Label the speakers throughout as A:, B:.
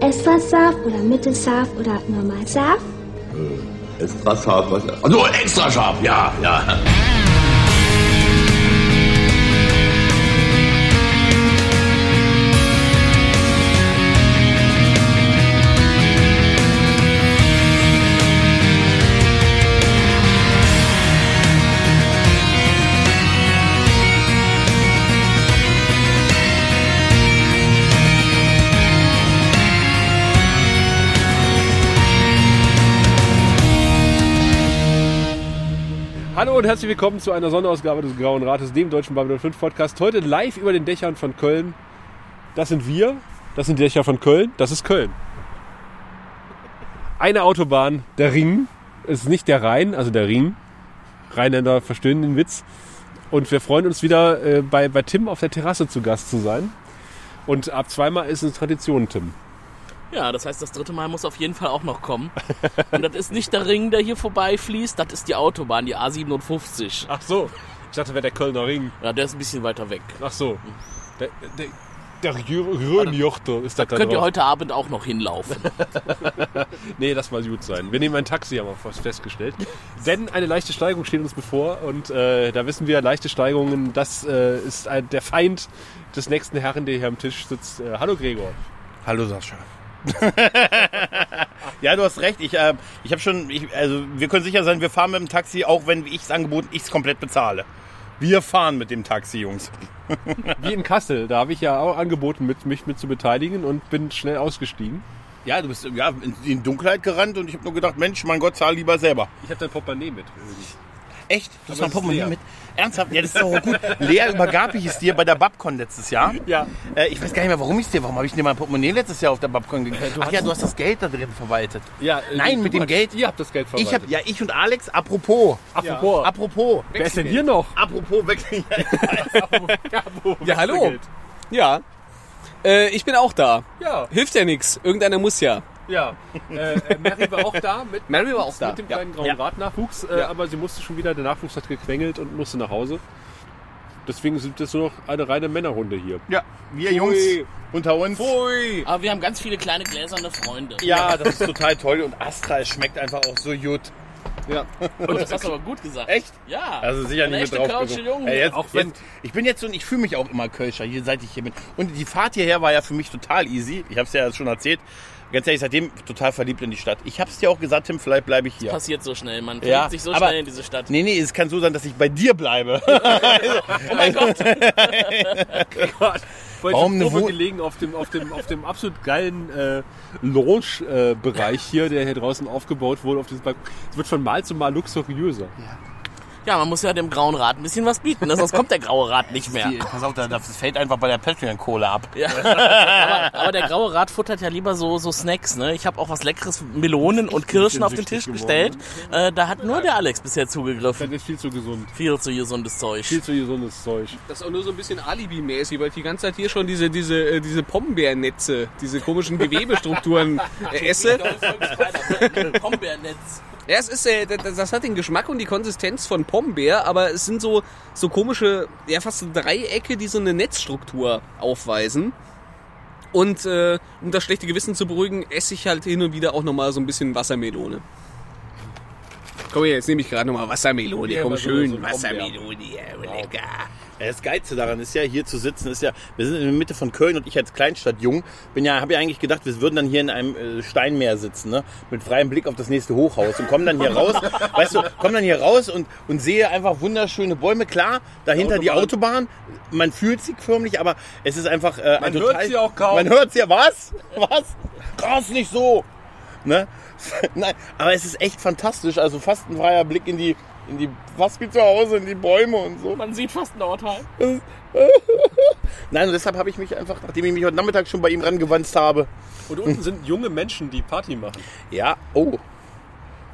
A: Extrasaft oder Mittelsaft oder Normalsaft?
B: Extra scharf, was? Also extra scharf, ja, ja.
C: Hallo und herzlich willkommen zu einer Sonderausgabe des Grauen Rates, dem deutschen Babylon 5 Podcast. Heute live über den Dächern von Köln. Das sind wir, das sind die Dächer von Köln, das ist Köln. Eine Autobahn, der Ring, es ist nicht der Rhein, also der Ring. Rheinländer verstehen den Witz. Und wir freuen uns wieder, äh, bei, bei Tim auf der Terrasse zu Gast zu sein. Und ab zweimal ist es Tradition, Tim.
D: Ja, das heißt, das dritte Mal muss auf jeden Fall auch noch kommen. Und das ist nicht der Ring, der hier vorbeifließt, das ist die Autobahn, die A57.
C: Ach so, ich dachte, wäre der Kölner Ring.
D: Ja, der ist ein bisschen weiter weg.
C: Ach so, der, der, der Rhönjochter ist das da
D: Könnt ihr
C: drauf.
D: heute Abend auch noch hinlaufen.
C: Nee, das mal gut sein. Wir nehmen ein Taxi, haben wir fast festgestellt. Denn eine leichte Steigung steht uns bevor und äh, da wissen wir, leichte Steigungen, das äh, ist ein, der Feind des nächsten Herren, der hier am Tisch sitzt. Äh, hallo Gregor.
E: Hallo Sascha. ja, du hast recht. Ich, äh, ich habe schon, ich, also wir können sicher sein, wir fahren mit dem Taxi, auch wenn ich es angeboten, ich es komplett bezahle. Wir fahren mit dem Taxi, Jungs.
C: Wie in Kassel, da habe ich ja auch angeboten, mit, mich mit zu beteiligen und bin schnell ausgestiegen.
E: Ja, du bist ja, in die Dunkelheit gerannt und ich habe nur gedacht, Mensch, mein Gott, zahl lieber selber.
C: Ich habe dein Portemonnaie mit.
E: Echt? Du hast
C: Aber
E: mein
C: es ist
E: Pokémon
C: leer.
E: mit? Ernsthaft? Ja, das ist doch gut. Lea übergab ich es dir bei der Babcon letztes Jahr.
C: Ja.
E: Äh, ich weiß gar nicht mehr, warum ich es dir, warum habe ich dir mein Portemonnaie letztes Jahr auf der Babcon gegeben? Ach ja, Äh, du hast das Geld da drin verwaltet.
C: Ja, äh,
E: Nein,
C: du
E: mit dem
C: hast-
E: Geld.
C: Ihr habt das Geld
E: Ich
C: verwaltet.
E: hab, ja, ich und Alex, apropos.
C: Apropos,
E: Apropos.
C: wer ist denn hier noch?
E: Apropos Wechsel.
F: Ja, hallo. Ja. Äh, ich bin auch da.
C: Ja,
F: Hilft ja nix. Irgendeiner muss ja.
C: ja. Äh, äh, Mary war auch da mit,
F: Mary war auch da.
C: mit dem
F: Ja.
C: kleinen grauen Radnachwuchs, äh, aber sie musste schon wieder, der Nachwuchs hat gequengelt und musste nach Hause. Deswegen sind das nur noch eine reine Männerrunde hier.
E: Ja, wir Jungs unter uns.
D: Aber wir haben ganz viele kleine gläserne Freunde.
E: Ja, das ist total toll und Astra, es schmeckt einfach auch so gut.
D: Oh, das hast du aber gut gesagt.
E: Echt?
D: Ja.
E: Also sicher
D: Eine
E: nicht mit
D: echte
E: drauf.
D: Couch,
E: gesungen.
D: Junge.
E: Ey, jetzt,
C: Auch wenn-
E: jetzt, ich bin jetzt so und ich fühle mich auch immer Kölscher, hier seit ich hier bin. Und die Fahrt hierher war ja für mich total easy. Ich habe es ja schon erzählt. Ganz ehrlich, seitdem total verliebt in die Stadt. Ich habe es dir auch gesagt, Tim, vielleicht bleibe ich hier.
D: Passiert so schnell, man verliebt
E: Ja,
D: sich so
E: aber-
D: schnell in diese Stadt.
E: Nee, nee, es kann so sein, dass ich bei dir bleibe.
D: Oh mein Gott.
C: Gott.
E: Warum
C: Warum
E: eine
C: Probe
E: Wo-
C: gelegen auf dem, auf dem, auf dem absolut geilen äh, Lounge-Bereich hier, der hier draußen aufgebaut wurde. Auf diesem Balkon. es wird von Mal zu Mal luxuriöser.
D: Ja, man muss ja dem grauen Rad ein bisschen was bieten, ne? sonst kommt der graue Rad nicht mehr.
E: Die- Pass auf, da- das fällt einfach bei der Patreon-Kohle ab.
D: Aber, aber der graue Rat futtert ja lieber so, so Snacks, ne? Ich habe auch was leckeres Melonen und Kirschen auf den Tisch
C: süchtig geworden. ne?
D: gestellt. Äh, da hat nur der Alex bisher
C: Das
D: zugegriffen.
C: ist viel zu gesund.
D: Viel zu gesundes Zeug.
C: Viel zu gesundes Zeug.
G: Das ist auch nur so ein bisschen Alibi-mäßig, weil ich die ganze Zeit hier schon diese, diese, äh, diese Pombeernetze, diese komischen Gewebestrukturen äh, esse.
D: Pombeernetz.
G: Ja, es ist, äh, das, das hat den Geschmack und die Konsistenz von Pombeer, aber es sind so, so komische, ja fast so Dreiecke, die so eine Netzstruktur aufweisen. Und äh, um das schlechte Gewissen zu beruhigen, esse ich halt hin und wieder auch nochmal so ein bisschen Wassermelone. Komm hier, jetzt nehme ich gerade nochmal Wassermelone.
C: Ja,
G: Komm
C: aber so-
G: schön,
C: so ein Pombeer.
G: Wassermelone, ja, lecker.
E: Ja, Das Geilste daran ist ja, hier zu sitzen, ist ja, wir sind in der Mitte von Köln und ich als Kleinstadtjung bin ja, habe ja eigentlich gedacht, wir würden dann hier in einem äh, Steinmeer sitzen, ne? mit freiem Blick auf das nächste Hochhaus und kommen dann hier raus, weißt du, kommen dann hier raus und, und sehe einfach wunderschöne Bäume. Klar, dahinter die Autobahn, man fühlt sie förmlich, aber es ist einfach äh,
C: Man hört sie auch kaum.
E: Man hört sie, was? Was? Krass, nicht so. Ne? Nein, aber es ist echt fantastisch, also fast ein freier Blick in die, in die, was wie zu Hause, in die Bäume und so.
D: Man sieht fast Nordheim.
E: Nein, und deshalb habe ich mich einfach, nachdem ich mich heute Nachmittag schon bei ihm rangewanzt habe.
C: Und unten sind junge Menschen, die Party machen.
E: Ja, oh.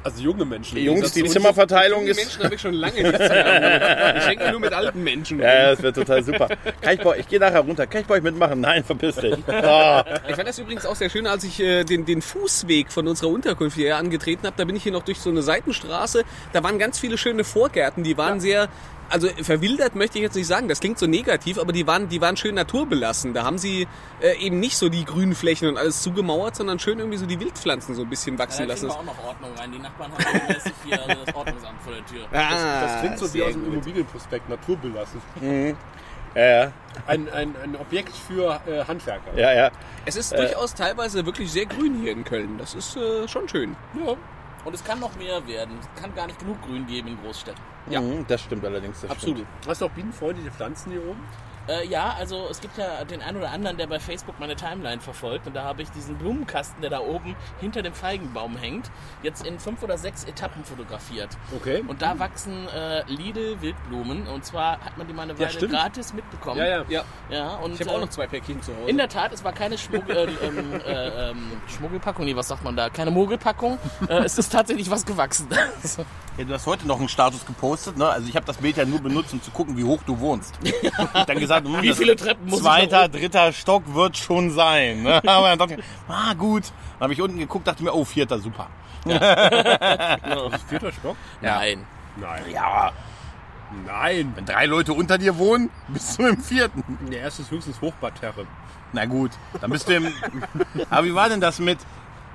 C: Also junge Menschen.
E: Die Jungs,
C: Im Gegensatz
E: die
C: zu uns.
E: Zimmerverteilung
G: Die
E: ist.
G: Menschen habe ich schon lange nicht zusammen. Ich hänge nur mit alten Menschen.
E: Ja, ja, das wäre total super. Kann ich bei euch, ich gehe nachher runter. Kann ich bei euch mitmachen? Nein, verpiss dich. Ah.
G: Ich fand das übrigens auch sehr schön, als ich äh, den, den Fußweg von unserer Unterkunft hierher angetreten habe. Da bin ich hier noch durch so eine Seitenstraße. Da waren ganz viele schöne Vorgärten. Die waren sehr also verwildert möchte ich jetzt nicht sagen, das klingt so negativ, aber die waren, die waren schön naturbelassen. Da haben sie äh, eben nicht so die grünen Flächen und alles zugemauert, sondern schön irgendwie so die Wildpflanzen so ein bisschen
D: Ja,
G: wachsen
D: da kriegen
G: lassen.
D: wir auch noch Ordnung rein. Die Nachbarn haben regelmäßig hier also das Ordnungsamt vor der Tür.
G: Ah,
C: Das klingt so wie
G: sehr
C: aus dem
G: gut.
C: Immobilienprospekt, naturbelassen.
E: Mhm. Ja,
C: Ein, ein, ein Objekt für äh, Handwerker.
E: ja, ja.
G: Es ist durchaus teilweise wirklich sehr grün hier in Köln. Das ist äh, schon schön.
D: Und es kann noch mehr werden. Es kann gar nicht genug Grün geben in Großstädten.
E: ja. Mhm, das stimmt allerdings. Das Stimmt.
C: Hast du auch bienenfreundliche Pflanzen hier oben?
D: Äh, ja, also es gibt ja den einen oder anderen, der bei Facebook meine Timeline verfolgt. Und da habe ich diesen Blumenkasten, der da oben hinter dem Feigenbaum hängt, jetzt in fünf oder sechs Etappen fotografiert.
C: Okay.
D: Und da wachsen äh, Lidl-Wildblumen. Und zwar hat man die mal eine Weile
C: stimmt.
D: gratis mitbekommen.
C: Ja, ja.
G: Ja,
D: ja und,
G: ich habe auch
D: äh,
G: noch zwei Päckchen zu Hause.
D: In der Tat, es war keine Schmuggel, äh, ähm, äh, ähm, Schmuggelpackung, nee, was sagt man da? Keine Mogelpackung. Äh, es ist tatsächlich was gewachsen. Also,
E: Ja, du hast heute noch einen Status gepostet, ne? Also ich habe das Bild ja nur benutzt, um zu gucken, wie hoch du wohnst. Dann gesagt, hm,
D: Wie
E: das
D: viele Treppen muss ich noch
E: Zweiter, dritter Stock wird schon sein. Ne? Aber dann dachte ich, ah gut. Dann habe ich unten geguckt, dachte mir, oh, vierter, super. Genau,
C: Vierter Stock?
D: Nein.
C: Nein.
E: Ja,
C: Nein.
E: wenn drei Leute unter dir wohnen, bist du im vierten.
C: Der erste ist höchstens Hochparterre.
E: Na gut, dann bist du im... Aber wie war denn das mit...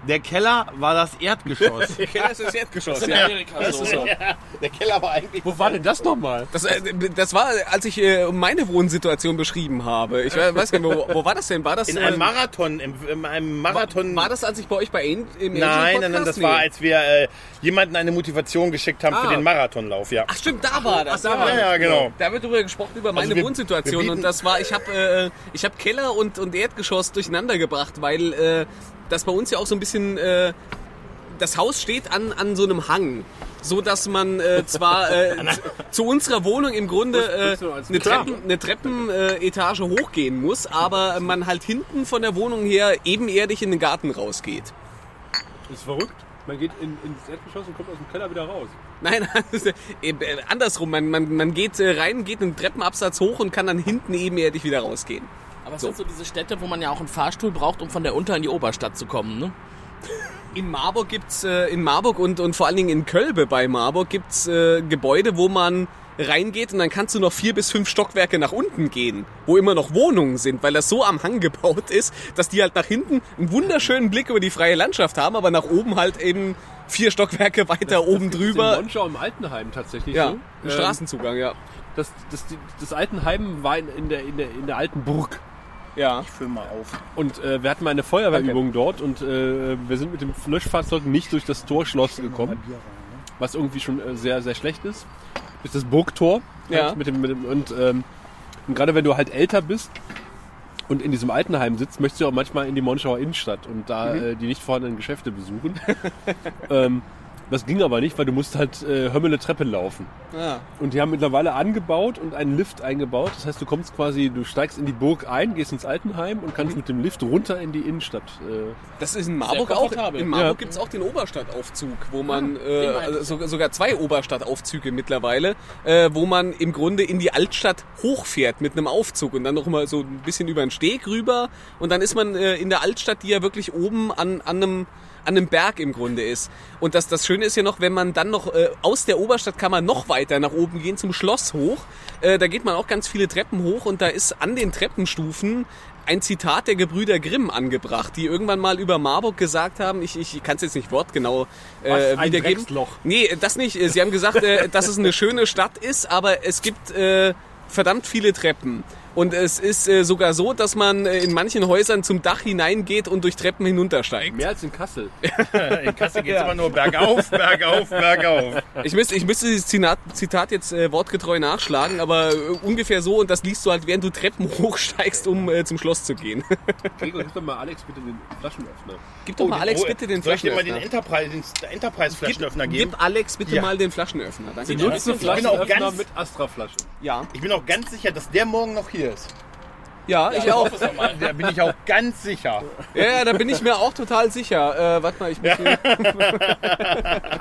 E: Der Keller war das Erdgeschoss.
G: Keller ist das Erdgeschoss.
D: In
G: ja.
D: Amerika so.
E: Der Keller war eigentlich...
C: Wo war denn das nochmal?
G: Das, äh, das war, als ich äh, meine Wohnsituation beschrieben habe. Ich we- weiß gar nicht, mehr, wo, wo war das denn? War das
E: In
G: äh,
E: einem Marathon, im, in einem Marathon...
G: War das, als ich bei euch bei An- im
E: Nein, nein, nein,
G: Angel-Podcast?
E: das
G: Nee.
E: war, als wir äh, jemanden eine Motivation geschickt haben für
G: Ah.
E: den Marathonlauf, ja.
G: Ach stimmt, da war das.
E: ja, ja, genau.
G: Da wird drüber gesprochen über meine
E: wir- wir
G: Wohnsituation
E: bieten-
G: und das war, ich habe äh, ich habe Keller und und Erdgeschoss durcheinander gebracht, weil äh, das bei uns ja auch so ein bisschen äh, das Haus steht an an so einem Hang, so dass man äh, zwar äh, zu- zu unserer Wohnung im Grunde äh,
C: Musst du als-
G: eine
C: Klar.
G: Treppen eine Treppenetage äh, Etage hochgehen muss, aber man halt hinten von der Wohnung her ebenerdig in den Garten rausgeht.
C: Ist verrückt. Man geht in, ins Erdgeschoss und kommt aus dem Keller wieder raus.
G: Nein, das ist, äh, äh, andersrum. Man, man, man geht äh, rein, geht einen Treppenabsatz hoch und kann dann hinten ebenerdig wieder rausgehen.
D: Aber es sind so diese Städte, wo man ja auch einen Fahrstuhl braucht, um von der Unter- in die Oberstadt zu kommen. Ne?
G: In Marburg gibt's äh, in Marburg und, und vor allen Dingen in Kölbe bei Marburg gibt's äh, Gebäude, wo man reingeht und dann kannst du noch vier bis fünf Stockwerke nach unten gehen, wo immer noch Wohnungen sind, weil das so am Hang gebaut ist, dass die halt nach hinten einen wunderschönen Blick über die freie Landschaft haben, aber nach oben halt eben vier Stockwerke weiter oben
C: Ist
G: drüber.
C: in Monschau ne? Ähm, im Altenheim tatsächlich
G: Ja,
C: so. Ähm,
G: einen Straßenzugang, ja.
C: Das, das, das Altenheim war in, in, der, in, der, in der alten Burg.
G: Ja.
E: Füll mal auf.
C: Und äh, wir hatten mal eine Feuerwehrübung dort und äh, wir sind mit dem Löschfahrzeug nicht durch das Torschloss gekommen, was irgendwie schon äh, sehr, sehr schlecht ist. Durch das Burgtor.
G: Ja.
C: Halt, mit dem, mit dem, und, ähm, und gerade wenn du halt älter bist und in diesem Altenheim sitzt, möchtest du auch manchmal in die Monschauer Innenstadt und da äh, die nicht vorhandenen Geschäfte besuchen. ähm, das ging aber nicht, weil du musst halt äh, Hömmele Treppe laufen.
G: ja.
C: Und die haben mittlerweile angebaut und einen Lift eingebaut. Das heißt, du kommst quasi, du steigst in die Burg ein, gehst ins Altenheim und kannst
E: Mhm.
C: mit dem Lift runter in die Innenstadt. Äh,
G: Das ist in Marburg auch.
D: komfortabel.
G: In Marburg
C: Ja. Ah,
G: gibt's auch den Oberstadtaufzug, wo man äh,
D: den meine
G: also so, sogar zwei Oberstadtaufzüge mittlerweile, äh, wo man im Grunde in die Altstadt hochfährt mit einem Aufzug und dann noch mal so ein bisschen über den Steg rüber und dann ist man äh, in der Altstadt, die ja wirklich oben an, an einem an einem Berg im Grunde ist. Und das, das Schöne ist ja noch, wenn man dann noch äh, aus der Oberstadt kann man noch weiter nach oben gehen zum Schloss hoch. Äh, da geht man auch ganz viele Treppen hoch und da ist an den Treppenstufen ein Zitat der Gebrüder Grimm angebracht, die irgendwann mal über Marburg gesagt haben, ich, ich kann es jetzt nicht wortgenau äh,
C: Was? Ein
G: wiedergeben.
C: Drecksloch.
G: Nee, das nicht. Sie haben gesagt, äh, dass es eine schöne Stadt ist, aber es gibt äh, verdammt viele Treppen. Und es ist äh, sogar so, dass man äh, in manchen Häusern zum Dach hineingeht und durch Treppen hinuntersteigt.
C: mehr als in Kassel.
E: In Kassel geht's immer nur bergauf, bergauf, bergauf.
G: Ich müsste, ich müsste dieses Zinat, Zitat jetzt äh, wortgetreu nachschlagen, aber äh, ungefähr so und das liest du halt, während du Treppen hochsteigst, um äh, zum Schloss zu gehen.
C: Gregor, gib doch mal Alex bitte den Flaschenöffner.
G: Gib doch mal Alex
E: Oh,
G: bitte den
E: Soll ich dir mal
G: Flaschenöffner.
E: den Enterprise- den Enterprise-Flaschenöffner geben?
G: Gib Alex bitte
E: Ja.
G: mal den Flaschenöffner. Danke.
C: Den nutzen
E: Ich bin auch
C: Flaschenöffner
E: ganz-
C: mit Astra-Flaschen.
G: Ja,
E: Ich bin auch ganz sicher, dass der morgen noch hier ist.
G: ja, ich auch.
E: Da Ah, bin ich auch ganz sicher.
G: Ja, ja, da bin ich mir auch total sicher. Äh, warte mal, ich muss hier...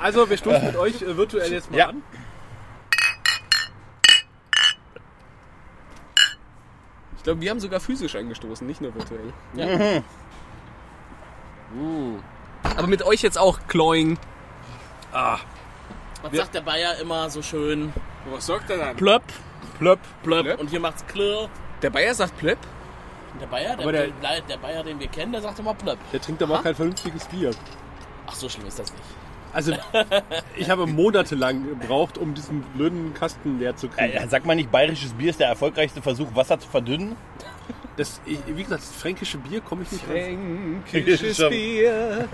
C: Also, wir stoßen mit euch äh, virtuell jetzt mal
E: Ja.
C: an.
G: Ich glaube, wir haben sogar physisch angestoßen, nicht nur virtuell. Mhm. Uh. Aber mit euch jetzt auch, Cloying.
D: Was sagt der Bayer immer so schön?
H: Was sagt er dann?
D: Plöpp,
C: Plöpp.
D: plöpp.
G: Plöpp?
D: Und hier macht's klirr.
G: Der Bayer sagt Plöpp?
D: Der Bayer,
C: Aber
D: der,
C: der-
D: der, der Bayer, den wir kennen, der sagt immer plöpp.
C: Der trinkt aber auch kein vernünftiges Bier.
D: Ach, so schlimm ist das nicht.
C: Also, ich habe monatelang gebraucht, um diesen blöden Kasten leer zu kriegen.
E: Äh, Sag mal nicht, bayerisches Bier ist der erfolgreichste Versuch, Wasser zu verdünnen.
C: Das, ich, wie gesagt, das fränkische Bier komme ich nicht rein.
G: Fränkisches
E: Schon.
G: Bier.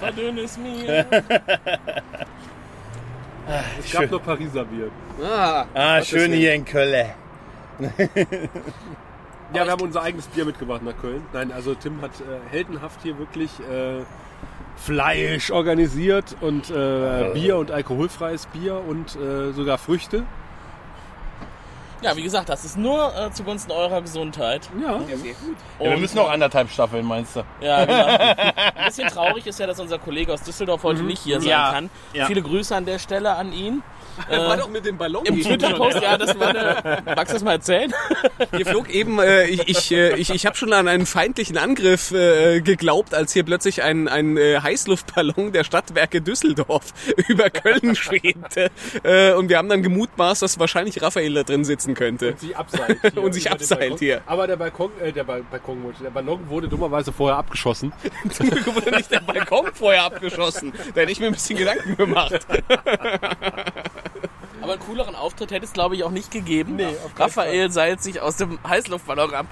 D: Verdünn es mir.
C: Es gab nur Pariser Bier.
G: Ah,
E: Ah, schön hier in Köln.
C: Ja, wir haben unser eigenes Bier mitgebracht nach Köln. Nein, also Tim hat äh, heldenhaft hier wirklich äh, Fleisch organisiert und äh, Bier und alkoholfreies Bier und äh, sogar Früchte.
D: Ja, wie gesagt, das ist nur äh, zugunsten eurer Gesundheit.
C: Ja.
E: Ja, wir müssen noch anderthalb Staffeln, meinst du?
D: Ja, genau. Ein bisschen traurig ist ja, dass unser Kollege aus Düsseldorf heute nicht hier sein
E: Ja,
D: kann.
E: ja.
D: Viele Grüße an der Stelle an ihn.
G: er war doch mit dem Ballon.
D: Im
G: hier
D: Twitter-Post, ja, das war eine... Magst du das mal erzählen?
G: Hier flog eben, äh, ich, ich, äh, ich, ich habe schon an einen feindlichen Angriff äh, geglaubt, als hier plötzlich ein, ein äh, Heißluftballon der Stadtwerke Düsseldorf über Köln schwebte. Äh, und wir haben dann gemutmaßt, dass wahrscheinlich Raphael da drin sitzen könnte.
C: Und sich abseilt. hier
G: Und sich
C: über den
G: abseilt
C: Balkon.
G: hier.
C: Aber der Balkon, äh, der ba Balkon, wurde- der Ballon wurde dummerweise vorher abgeschossen.
G: Zum Glück wurde nicht der Balkon vorher abgeschossen. Da hätte ich mir ein bisschen Gedanken gemacht.
D: Aber einen cooleren Auftritt hätte es, glaube ich, auch nicht gegeben. Raphael seilt sich aus dem Heißluftballon ab.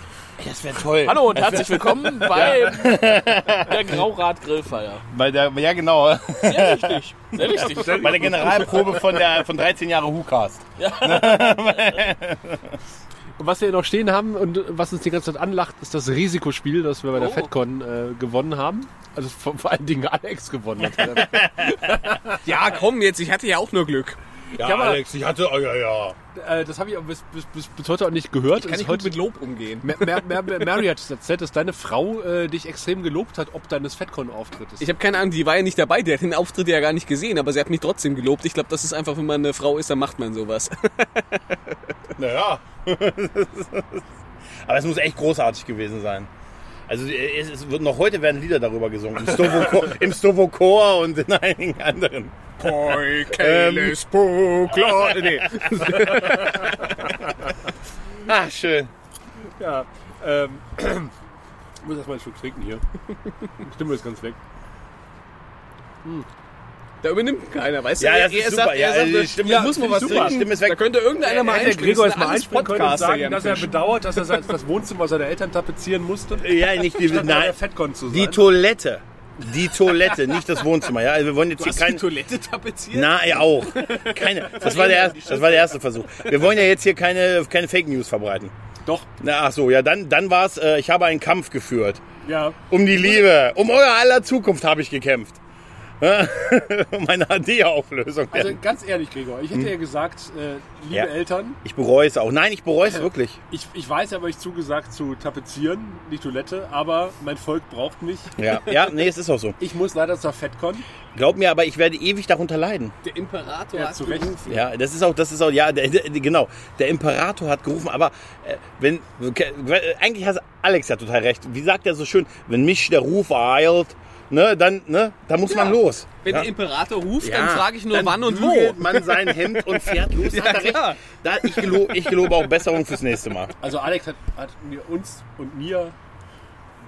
E: Das wäre toll.
D: Hallo und herzlich willkommen bei der Graurad-Grillfeier.
E: Bei der, ja, genau.
D: Sehr richtig. Sehr richtig.
E: Bei der Generalprobe von, der, von 13 Jahre Hukast.
C: Und was wir hier noch stehen haben und was uns die ganze Zeit anlacht, ist das Risikospiel, das wir bei der
D: Oh.
C: FedCon äh, gewonnen haben. Also vor, vor allen Dingen Alex gewonnen hat.
G: Ja, komm jetzt, ich hatte ja auch nur Glück.
E: Ja,
C: aber-
E: Alex, ich hatte, oh, ja, ja.
C: äh, das habe ich auch bis, bis, bis, bis heute auch nicht gehört.
G: Kann
C: Ist
G: ich
C: heute
G: heute mit Lob umgehen?
C: Ma- Ma- Ma- Ma- Mary hat es erzählt, dass deine Frau äh, dich extrem gelobt hat, ob deines Fatcon-Auftrittes.
G: Ich habe keine Ahnung, die war ja nicht dabei, die hat den Auftritt ja gar nicht gesehen, aber sie hat mich trotzdem gelobt. Ich glaube, das ist einfach, wenn man eine Frau ist, dann macht man sowas.
E: Naja. Aber es muss echt großartig gewesen sein. Also es, es wird noch heute werden Lieder darüber gesungen. Im Stovokor, im Stovokor und in einigen anderen.
G: Keines Poklo. Nee.
E: Ah, schön.
C: ja, ähm, ich muss erstmal einen Schluck trinken hier. Die Stimme ist ganz weg.
G: Da übernimmt keiner, weißt du?
E: Ja, das ist super. Ja, also die
G: sagt,
E: Stimme,
G: ja,
E: muss man was
G: super.
E: trinken. Stimme ist weg.
G: Da könnte irgendeiner mal
C: Hätte
G: einspringen.
C: Gregor jetzt
G: Das sind
C: mal
G: alles
C: einspringen können und
G: Podcaster hier
C: sagen,
G: am
C: dass er
G: Tisch.
C: bedauert, dass er sein- das Wohnzimmer seiner Eltern tapezieren musste.
E: Ja, nicht die,
C: Statt bei
E: Äh, nein,
C: der Fatcon zu sein.
E: die Toilette. Die Toilette, nicht das Wohnzimmer. Ja, also wir wollen jetzt hier kein,
G: Toilette tapeziert?
E: Na, ja auch. Keine. Das war, der, erste- das war der erste Versuch. Wir wollen ja jetzt hier keine, keine Fake News verbreiten.
C: Doch.
E: Na, ach so, ja, dann, dann war es, äh, ich habe einen Kampf geführt.
C: Ja.
E: Um die Liebe, um euer aller Zukunft habe ich gekämpft. um eine AD-Auflösung.
C: Also ganz ehrlich, Gregor, ich hätte ja gesagt, äh, liebe
E: Ja.
C: Eltern,
E: ich bereue es auch. Nein, ich bereue es wirklich.
C: ich, ich weiß aber, ich zugesagt zu tapezieren, die Toilette, aber mein Volk braucht mich.
E: Ja, ja, nee, es ist auch so.
C: Ich muss leider zur Fatcon.
E: Glaub mir, aber ich werde ewig darunter leiden.
G: Der Imperator
C: Ja,
G: hat
C: äh, zu Recht.
G: gerufen.
E: Ja, das ist auch, das ist auch, ja, der, der, genau. Der Imperator hat gerufen, aber äh, wenn, ke- eigentlich hat Alex ja total recht. Wie sagt er so schön, wenn mich der Ruf eilt, ne, dann, ne, da muss man los.
G: Wenn
E: ja.
G: der Imperator ruft,
E: Ja,
G: dann frage ich nur
E: dann
G: wann und wo.
E: bügelt man sein Hemd und fährt los.
G: Ja,
E: hat er
G: klar.
E: recht. Da, ich, gelo ich gelobe auch Besserung fürs nächste Mal.
C: Also Alex hat, hat mir uns und mir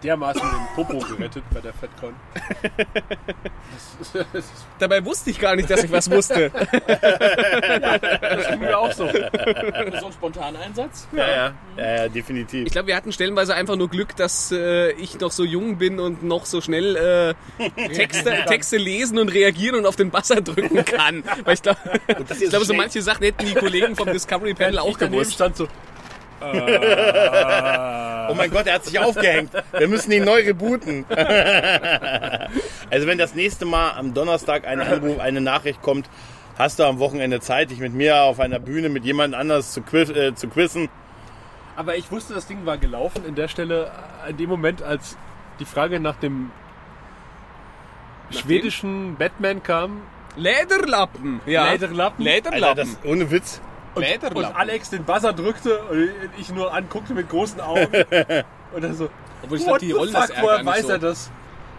C: dermaßen den Popo gerettet bei der FedCon. Das, das, das
G: Dabei wusste ich gar nicht, dass ich was wusste.
C: ging mir auch so.
D: Für so einen spontanen Einsatz.
E: Ja, ja, ja, ja definitiv.
G: Ich glaube, wir hatten stellenweise einfach nur Glück, dass äh, ich noch so jung bin und noch so schnell äh, Texte, Texte lesen und reagieren und auf den Buzzer drücken kann. Weil ich glaube, ich glaube, so
E: schnell-
G: manche Sachen hätten die Kollegen vom Discovery Panel auch
C: Daneben
G: gewusst.
C: stand so,
E: Oh mein Gott, er hat sich aufgehängt. Wir müssen ihn neu rebooten. Also wenn das nächste Mal am Donnerstag ein Anruf, eine Nachricht kommt, hast du am Wochenende Zeit, dich mit mir auf einer Bühne mit jemand anders zu, quiz, äh, zu quizzen.
C: aber ich wusste, das Ding war gelaufen in der Stelle, äh, in dem Moment, als die Frage nach dem schwedischen Batman kam,
G: Lederlappen. Ja.
C: Lederlappen.
E: Alter,
G: Lederlappen.
E: das ohne Witz.
C: und
G: Lederlappen.
C: Alex den Buzzer drückte und ich nur anguckte mit großen Augen. Und dann so,
G: Obwohl
C: what the fuck, woher weiß er
G: so.
C: das?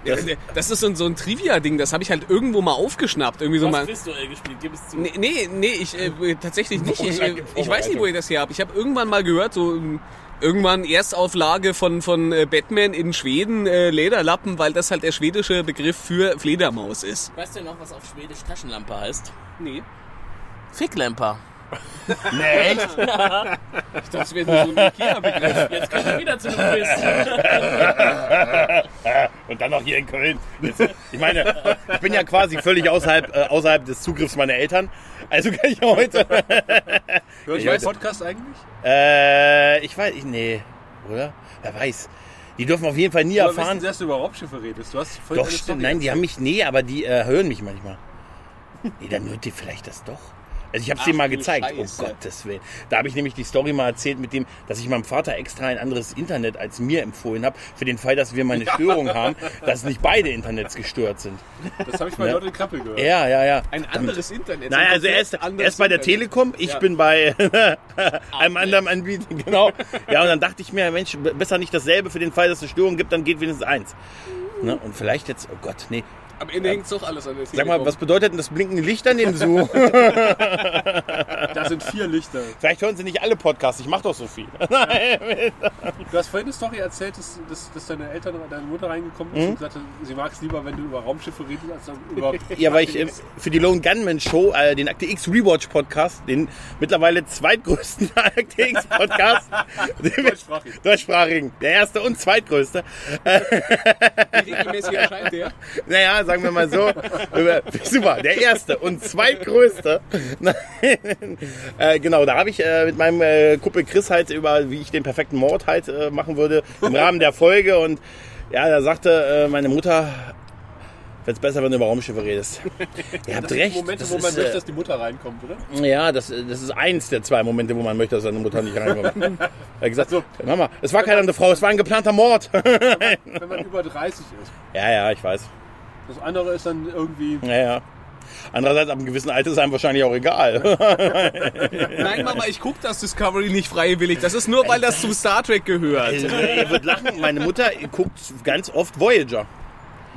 G: Das, das ist so ein, so ein Trivia-Ding, das habe ich halt irgendwo mal aufgeschnappt. Irgendwie so
D: Du
G: mal.
D: hast Christuell gespielt, gib es zu.
G: Nee, nee, nee ich äh, tatsächlich nicht. Ich, äh, ich weiß nicht, wo ich das her habe. Ich habe irgendwann mal gehört, so ähm, irgendwann Erstauflage von, von äh, Batman in Schweden, äh, Lederlappen, weil das halt der schwedische Begriff für Fledermaus ist.
D: Weißt du noch, was auf Schwedisch Taschenlampe heißt?
G: Nee.
D: Ficklamper.
G: Das wäre so ein Ikea-Begriff.
D: Jetzt kommen wir wieder zu einem Quiz.
E: Und dann noch hier in Köln. Ich meine, ich bin ja quasi völlig außerhalb, äh, außerhalb des Zugriffs meiner Eltern. Also kann ich heute.
C: Hört ihr den Podcast eigentlich?
E: Äh, ich weiß, ich, nee, oder? Wer weiß. Die dürfen auf jeden Fall nie
C: Oder wissen
E: erfahren.
C: Sie, dass du über Raubschiffe redest? Du hast voll
E: Doch,
C: eine
G: also
E: stimmt.
C: Story.
E: Nein, die haben mich, nee, aber die äh, hören mich manchmal. Nee, dann hört die vielleicht das doch. Also ich habe es dir mal gezeigt.
G: Scheiße.
E: Oh Gottes Willen. Da habe ich nämlich die Story mal erzählt mit dem, dass ich meinem Vater extra ein anderes Internet als mir empfohlen habe, für den Fall, dass wir mal eine Störung haben, dass nicht beide Internets gestört sind.
C: Das habe ich bei Leute Krappel gehört.
E: Ja, ja, ja.
G: Ein anderes Internet.
E: Naja,
G: Ein
E: also er ist, er
G: anderes
E: ist bei der
G: Internet.
E: Telekom, ich bin bei einem anderen Anbieter, genau. Ja, und dann dachte ich mir, Mensch, b- besser nicht dasselbe für den Fall, dass es eine Störung gibt, dann geht wenigstens eins. Ne? Und vielleicht jetzt, oh Gott, nee.
G: Am Ende hängt doch alles an der
E: Sag mal,
G: Telekom.
E: was bedeutet denn das blinkende Licht an dem Zoom?
C: Da sind vier Lichter.
E: vielleicht hören sie nicht alle Podcasts, ich mache doch so viel.
C: Du hast vorhin eine Story erzählt, dass, dass, dass deine Eltern, deine Mutter reingekommen
E: Mhm.
C: ist und gesagt hat, sie mag es lieber, wenn du über Raumschiffe redest, als dann über.
E: Ja, weil ich äh, für die Lone Gunman Show, äh, den Akte X Rewatch Podcast, den mittlerweile zweitgrößten Akte X Podcast, den wir-
C: Deutschsprachig.
E: deutschsprachigen, der erste und zweitgrößte,
G: Regelmäßig erscheint der.
E: Naja, sagen wir mal so. Über- Super, der erste und zweitgrößte. Nein. äh, genau, da habe ich äh, mit meinem äh, Kumpel Chris halt über, wie ich den perfekten Mord halt äh, machen würde, im Rahmen der Folge. Und ja, da sagte äh, meine Mutter, wär's besser, wenn du über Raumschiffe redest. Ihr habt recht.
C: Momente,
E: das
C: wo man
E: ist,
C: möchte,
E: äh,
C: dass die Mutter reinkommt, oder?
E: ja, das, das ist eins der zwei Momente, wo man möchte, dass seine Mutter nicht reinkommt. er hat gesagt,
C: Also
E: Mama, es war keine andere Frau, es war ein geplanter Mord.
C: Wenn man über 30 ist.
E: ja, ja, ich weiß.
C: Das andere ist dann irgendwie.
E: Ja, ja. Andererseits, ab einem gewissen Alter ist einem wahrscheinlich auch egal.
G: Nein, Mama, ich guck das Discovery nicht freiwillig. Das ist nur, weil das zu Star Trek gehört.
E: Also, ihr würdet lachen, meine Mutter guckt ganz oft Voyager.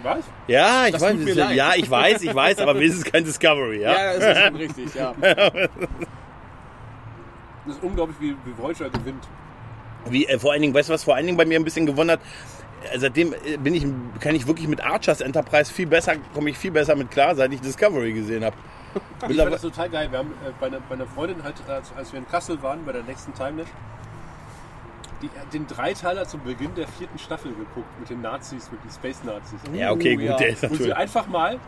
C: Was?
E: Ja, ich
G: Das
E: weiß,
G: tut mir
E: ist-
G: leid.
E: ja, ich weiß, ich weiß, aber wenigstens kein Discovery, ja.
G: das ist schon richtig, ja.
C: Das ist unglaublich, wie, wie Voyager gewinnt.
E: Wie, äh, vor allen Dingen, weißt du, was vor allen Dingen bei mir ein bisschen gewonnen hat? Äh, Seitdem äh, bin ich, kann ich wirklich mit Archers Enterprise viel besser, komme ich viel besser mit klar, seit ich Discovery gesehen habe.
C: Ich fand das total geil. Wir haben äh, bei, einer, bei einer Freundin halt, als, als wir in Kassel waren, bei der nächsten Timeline, die, äh, den Dreiteiler zum Beginn der vierten Staffel geguckt mit den Nazis, mit den Space Nazis.
E: Uh, Ja, okay, gut,
G: ja.
E: der ist
C: Wo sie
E: natürlich.
C: einfach mal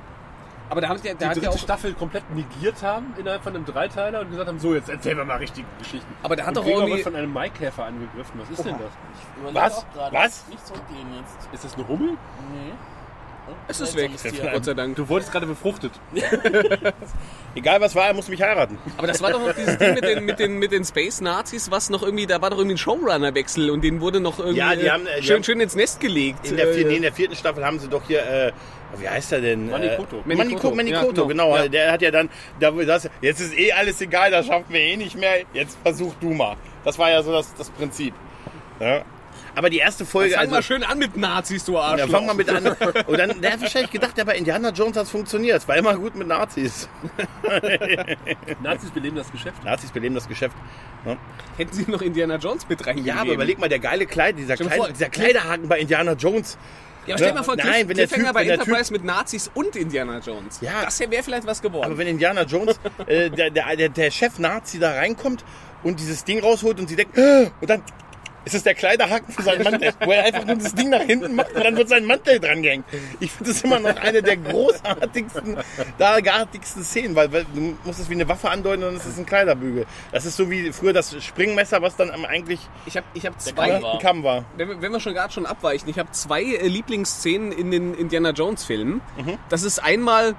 G: Aber da haben sie, da
C: die
G: hat ja
C: dritte
G: auch,
C: Staffel komplett negiert haben innerhalb von einem Dreiteiler und gesagt haben, so, jetzt erzählen wir mal richtige Geschichten.
G: Aber da hat
C: Und
G: doch
C: Gregor
G: irgendwie-
C: wird von einem Maikäfer angegriffen. Was ist denn das?
D: Überleg
E: Was?
D: auch gerade.
E: Was?
D: Nicht zurückgehen jetzt.
C: Ist das eine Hummel?
D: Nee.
G: es ist weg.
D: Tier.
G: Gott sei Dank.
C: Du wurdest gerade befruchtet.
E: Egal was war, er muss mich heiraten.
G: Aber das war doch noch dieses Ding mit den, mit den, mit den Space-Nazis, was noch irgendwie, da war doch irgendwie ein Showrunner-Wechsel und den wurde noch irgendwie
E: Ja, die
G: äh,
E: haben, äh, die
G: schön,
E: haben-
G: schön ins Nest gelegt.
E: In der, vier- nee,
G: Äh,
E: in der vierten Staffel haben sie doch hier, äh, wie heißt er denn?
C: Manikoto.
E: Äh, Manikoto,
G: Manikoto,
E: Manikoto
G: ja,
E: genau.
G: genau. Ja.
E: Der hat ja dann, da, das, jetzt ist eh alles egal, das schaffen wir eh nicht mehr, jetzt versuch du mal. Das war ja so das, das Prinzip. Ja. Aber die erste Folge,
G: fang
E: also...
G: mal schön an mit Nazis, du
E: Ja,
G: Arschloch.
E: fang mal mit an. Und dann, der hat wahrscheinlich gedacht, ja, bei Indiana Jones hat es funktioniert. War immer gut mit Nazis.
C: Nazis beleben das Geschäft.
E: Nazis beleben das Geschäft. ne?
G: Hätten sie noch Indiana Jones mit reingegeben.
E: Ja, aber überleg mal, der geile Kleid, dieser,
G: Stell dir
E: Kleid,
G: vor,
E: dieser Kleiderhaken bei Indiana Jones.
G: Ja, aber stell dir mal vor,
E: Nein,
G: Cliff,
E: wenn der
G: Cliffhanger
E: Typ-
G: bei
E: wenn der
G: Enterprise mit Nazis und Indiana Jones.
E: Ja.
G: Das wäre vielleicht was
E: Aber
G: geworden.
E: wenn Indiana Jones, äh, der, der, der, der Chef-Nazi da reinkommt und dieses Ding rausholt und sie denkt, "Ah!" und dann ist es der Kleiderhaken für seinen Mantel, wo er einfach nur das Ding nach hinten macht und dann wird sein Mantel dran gehängt. Ich finde das immer noch eine der großartigsten, dargartigsten Szenen, weil, weil du musst es wie eine Waffe andeuten und dann ist es ein Kleiderbügel. Das ist so wie früher das Springmesser, was dann am eigentlich
G: Ich habe ich hab
D: Kamm
G: zwei,
D: war-
E: ein Kamm war.
G: wenn wir, wenn wir schon gerade schon abweichen, ich habe zwei äh, Lieblingsszenen in den Indiana Jones Filmen.
C: Mhm.
G: Das ist einmal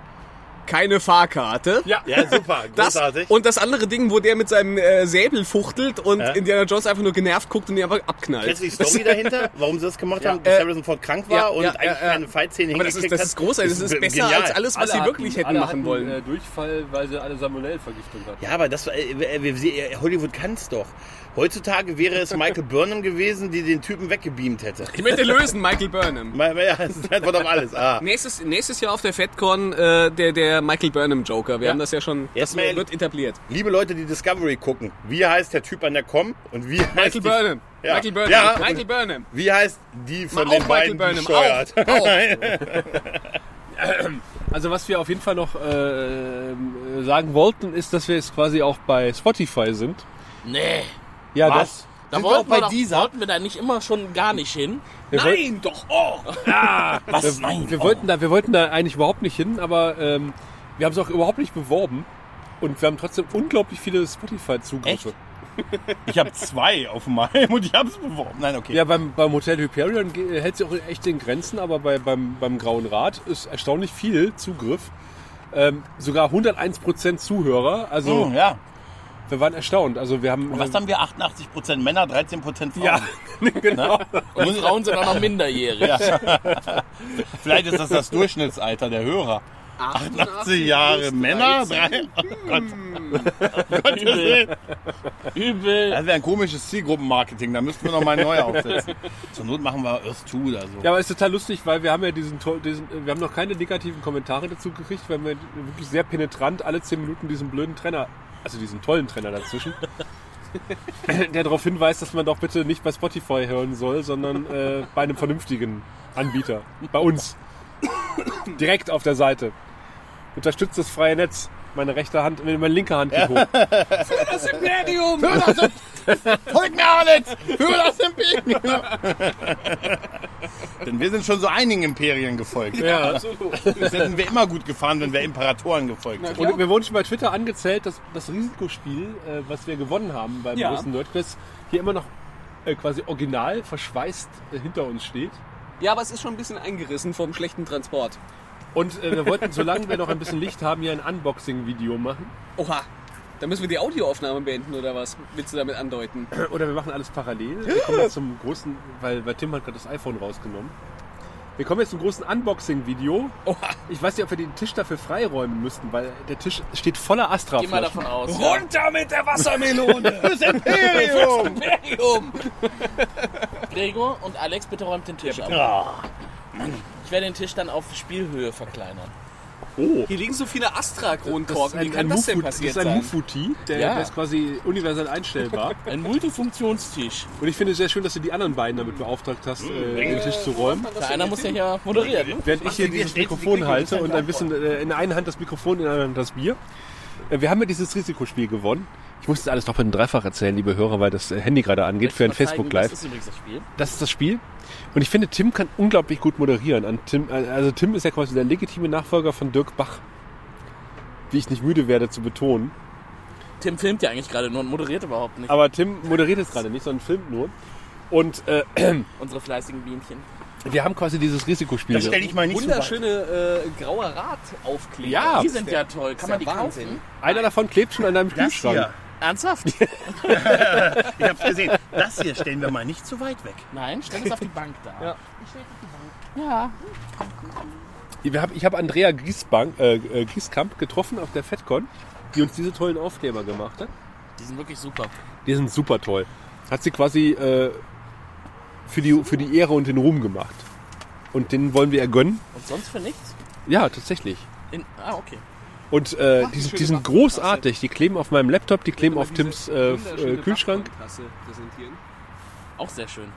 G: keine Fahrkarte.
E: Ja, super,
G: Das,
E: großartig.
G: und das andere Ding, wo der mit seinem äh, Säbel fuchtelt und
E: Ja.
G: Indiana Jones einfach nur genervt guckt und ihn einfach abknallt.
E: Kennst du die Story dahinter, warum sie das gemacht haben?
G: äh,
E: Dass Harrison Ford krank war
G: ja,
E: und
G: ja,
E: eigentlich
G: ja, ja.
E: keine Fight-Szene
G: Aber das ist,
E: hingekriegt
G: das
E: hat?
G: ist großartig, das ist besser
E: genial.
G: als alles, was sie
C: Alle
G: wirklich
C: hatten-
G: hätten
C: alle
G: machen
C: hatten,
G: wollen.
C: Äh, Durchfall, weil sie alle Salmonellenvergiftung hatten.
E: Ja, aber das äh, äh, wir- wir- äh, Hollywood kann es doch. Heutzutage wäre es Michael Burnham gewesen, die den Typen weggebeamt hätte.
G: Ich möchte lösen, Michael Burnham.
E: Ma- ma- Ja, das ist die Antwort auf alles. Ah.
G: Nächstes, nächstes Jahr auf der FedCon äh, der, der Michael Burnham Joker. Wir haben das ja schon. Das
E: Erstmal-
G: wird etabliert.
E: Liebe Leute, die Discovery gucken, wie heißt der Typ an der Com und wie heißt
G: Michael
E: die,
G: Burnham.
E: Ja.
G: Michael Burnham.
E: Ja.
G: Michael Burnham.
E: Wie heißt die von
G: Mal
E: den
G: auf, Michael
E: beiden die
G: Burnham.
E: steuert?
G: Auf, auf.
C: Also was wir auf jeden Fall noch äh, äh, sagen wollten, ist, dass wir jetzt quasi auch bei Spotify sind.
D: Nee.
C: Ja,
E: Was?
D: Da
E: Sind wir
D: wollten,
E: bei
D: wir doch,
E: dieser?
D: wollten wir da nicht immer schon gar nicht hin.
G: Nein, doch. Oh.
E: Was? Nein.
C: Wir wollten da, wir wollten da eigentlich überhaupt nicht hin, aber ähm, wir haben es auch überhaupt nicht beworben und wir haben trotzdem unglaublich viele Spotify-Zugriffe.
E: Echt? Ich habe zwei auf meinem und ich habe es beworben. Nein, okay.
C: Ja, beim, beim Hotel Hyperion ge- äh, hält sich auch echt in Grenzen, aber bei, beim, beim Grauen Rad ist erstaunlich viel Zugriff. Ähm, sogar 101% Zuhörer. Also
E: Hm, ja.
C: wir waren erstaunt. Also wir haben.
E: Und was haben wir? 88% Männer, 13% Frauen. Ne?
C: Ja, genau.
D: Und die Frauen sind auch noch minderjährig.
E: Vielleicht ist das das Durchschnittsalter der Hörer. 88 Jahre Männer, 3. Oh Gott. Gottes Willen.
D: Übel.
E: Das wäre ein komisches Zielgruppenmarketing, da müssten wir nochmal neu aufsetzen. Zur Not machen wir Earth 2 oder so.
C: Ja, aber ist total lustig, weil wir haben ja diesen, toll- diesen äh, wir haben noch keine negativen Kommentare dazu gekriegt, weil wir wirklich sehr penetrant alle 10 Minuten diesen blöden Trainer, also diesen tollen Trainer dazwischen, der darauf hinweist, dass man doch bitte nicht bei Spotify hören soll, sondern äh, bei einem vernünftigen Anbieter, bei uns, direkt auf der Seite. Unterstützt das freie Netz. Meine rechte Hand, nee, meine linke Hand geht hoch.
G: Das Imperium.
E: Folgt mir auch nicht! Für das Imperium! Denn wir sind schon so einigen Imperien gefolgt.
C: Ja.
E: Das hätten wir immer gut gefahren, wenn wir Imperatoren gefolgt sind.
C: Und wir wurden schon bei Twitter angezählt, dass das Risikospiel, äh, was wir gewonnen haben beim
G: Ja.
C: großen Nerdquiz, hier immer noch äh, quasi original verschweißt äh, hinter uns steht.
G: Ja, aber es ist schon ein bisschen eingerissen vom schlechten Transport.
C: Und äh, wir wollten, solange wir noch ein bisschen Licht haben, hier ein Unboxing-Video machen.
G: Oha. Da müssen wir die Audioaufnahme beenden oder was? Willst du damit andeuten?
C: Oder wir machen alles parallel. Wir kommen jetzt zum großen, weil, weil Tim hat gerade das iPhone rausgenommen. Wir kommen jetzt zum großen Unboxing-Video.
G: Oha.
C: Ich weiß nicht, ob wir den Tisch dafür freiräumen müssten, weil der Tisch steht voller astra
D: Geh mal davon aus. Ja.
G: Runter mit der Wassermelone!
E: Das Imperium!
G: Imperium!
D: Gregor und Alex, bitte räumt den Tisch ab. Ich werde den Tisch dann auf Spielhöhe verkleinern.
G: Hier liegen so viele
C: Das ist
G: Astra-Kronkorken. Wie
C: ein,
G: kann
C: ein
G: das denn
C: Mufu- das
G: passiert
C: ist ein
G: sein?
C: Mufuti, der,
D: Ja.
C: der ist quasi universell einstellbar.
D: Ein Multifunktionstisch.
C: Und ich finde es sehr schön, dass du die anderen beiden damit beauftragt hast,
E: Mhm.
C: äh, den Tisch zu räumen.
D: Da einer muss ja hier moderieren. ne?
C: Während ich hier dieses Mikrofon halte und ein bisschen äh, in der einen Hand das Mikrofon, in der anderen das Bier. Äh, Wir haben ja dieses Risikospiel gewonnen. Ich muss das alles noch in dreifach erzählen, liebe Hörer, weil das äh, Handy gerade angeht für ein
D: Mal zeigen,
C: Facebook
D: Das
C: Live.
D: ist übrigens das Spiel.
C: Das ist das Spiel. Und ich finde, Tim kann unglaublich gut moderieren. An Tim, äh, also Tim ist ja quasi der legitime Nachfolger von Dirk Bach. Wie ich nicht müde werde zu betonen.
D: Tim filmt ja eigentlich gerade nur und moderiert überhaupt nicht.
C: Aber Tim moderiert jetzt gerade nicht, sondern filmt nur. Und äh,
D: Unsere fleißigen Bienchen.
C: wir haben quasi dieses Risikospiel.
E: Das stelle ich mal nicht so weit.
G: Wunderschöne äh, grauer Radaufkleber.
C: Ja.
D: Die sind ja toll. Kann man die kaufen?
C: Einer davon klebt schon an deinem
E: Das
C: Kühlschrank.
E: hier,
D: Ernsthaft?
E: ich hab's gesehen, das hier stellen wir mal nicht zu weit weg.
D: Nein, stell es auf die Bank da.
C: Ja.
D: Ja.
C: Wir hab, ich habe Andrea Giesbank, äh, äh, Gieskamp getroffen auf der FedCon, die uns diese tollen Aufkleber gemacht hat.
D: Die sind wirklich super.
C: Die sind super toll. Hat sie quasi äh, für, die, für die Ehre und den Ruhm gemacht. Und den wollen wir ihr gönnen.
D: Und sonst für nichts?
C: Ja, tatsächlich.
D: In, ah, okay.
C: Und äh, die, sind- die sind großartig. Die kleben auf meinem Laptop, die kleben auf
G: Diese
C: Tims äh, f- äh,
G: wunderschöne
C: Kühlschrank.
G: Dachkontrasse präsentieren.
D: Auch sehr schön.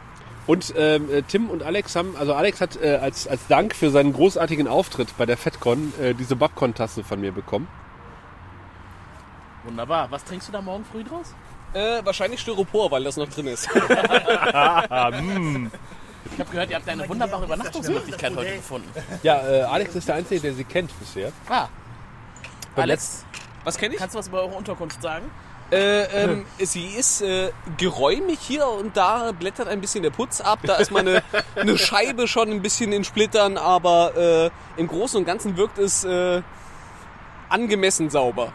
C: Und ähm, äh, Tim und Alex haben, also Alex hat äh, als, als Dank für seinen großartigen Auftritt bei der FedCon äh, diese Babcon-Tasse von mir bekommen.
D: Wunderbar. Was trinkst du da morgen früh draus?
G: Äh, wahrscheinlich Styropor, weil das noch drin ist.
D: Ich habe gehört, ihr habt eine wunderbare Übernachtungsmöglichkeit heute gefunden.
C: Ja, äh, Alex ist der Einzige, der sie kennt bisher.
D: Ah. Alex,
G: Was kenne ich?
D: kannst du was über eure Unterkunft sagen?
G: Äh, ähm, sie ist äh, geräumig hier und da blättert ein bisschen der Putz ab. Da ist mal eine, eine Scheibe schon ein bisschen in Splittern, aber äh, im Großen und Ganzen wirkt es äh, angemessen sauber.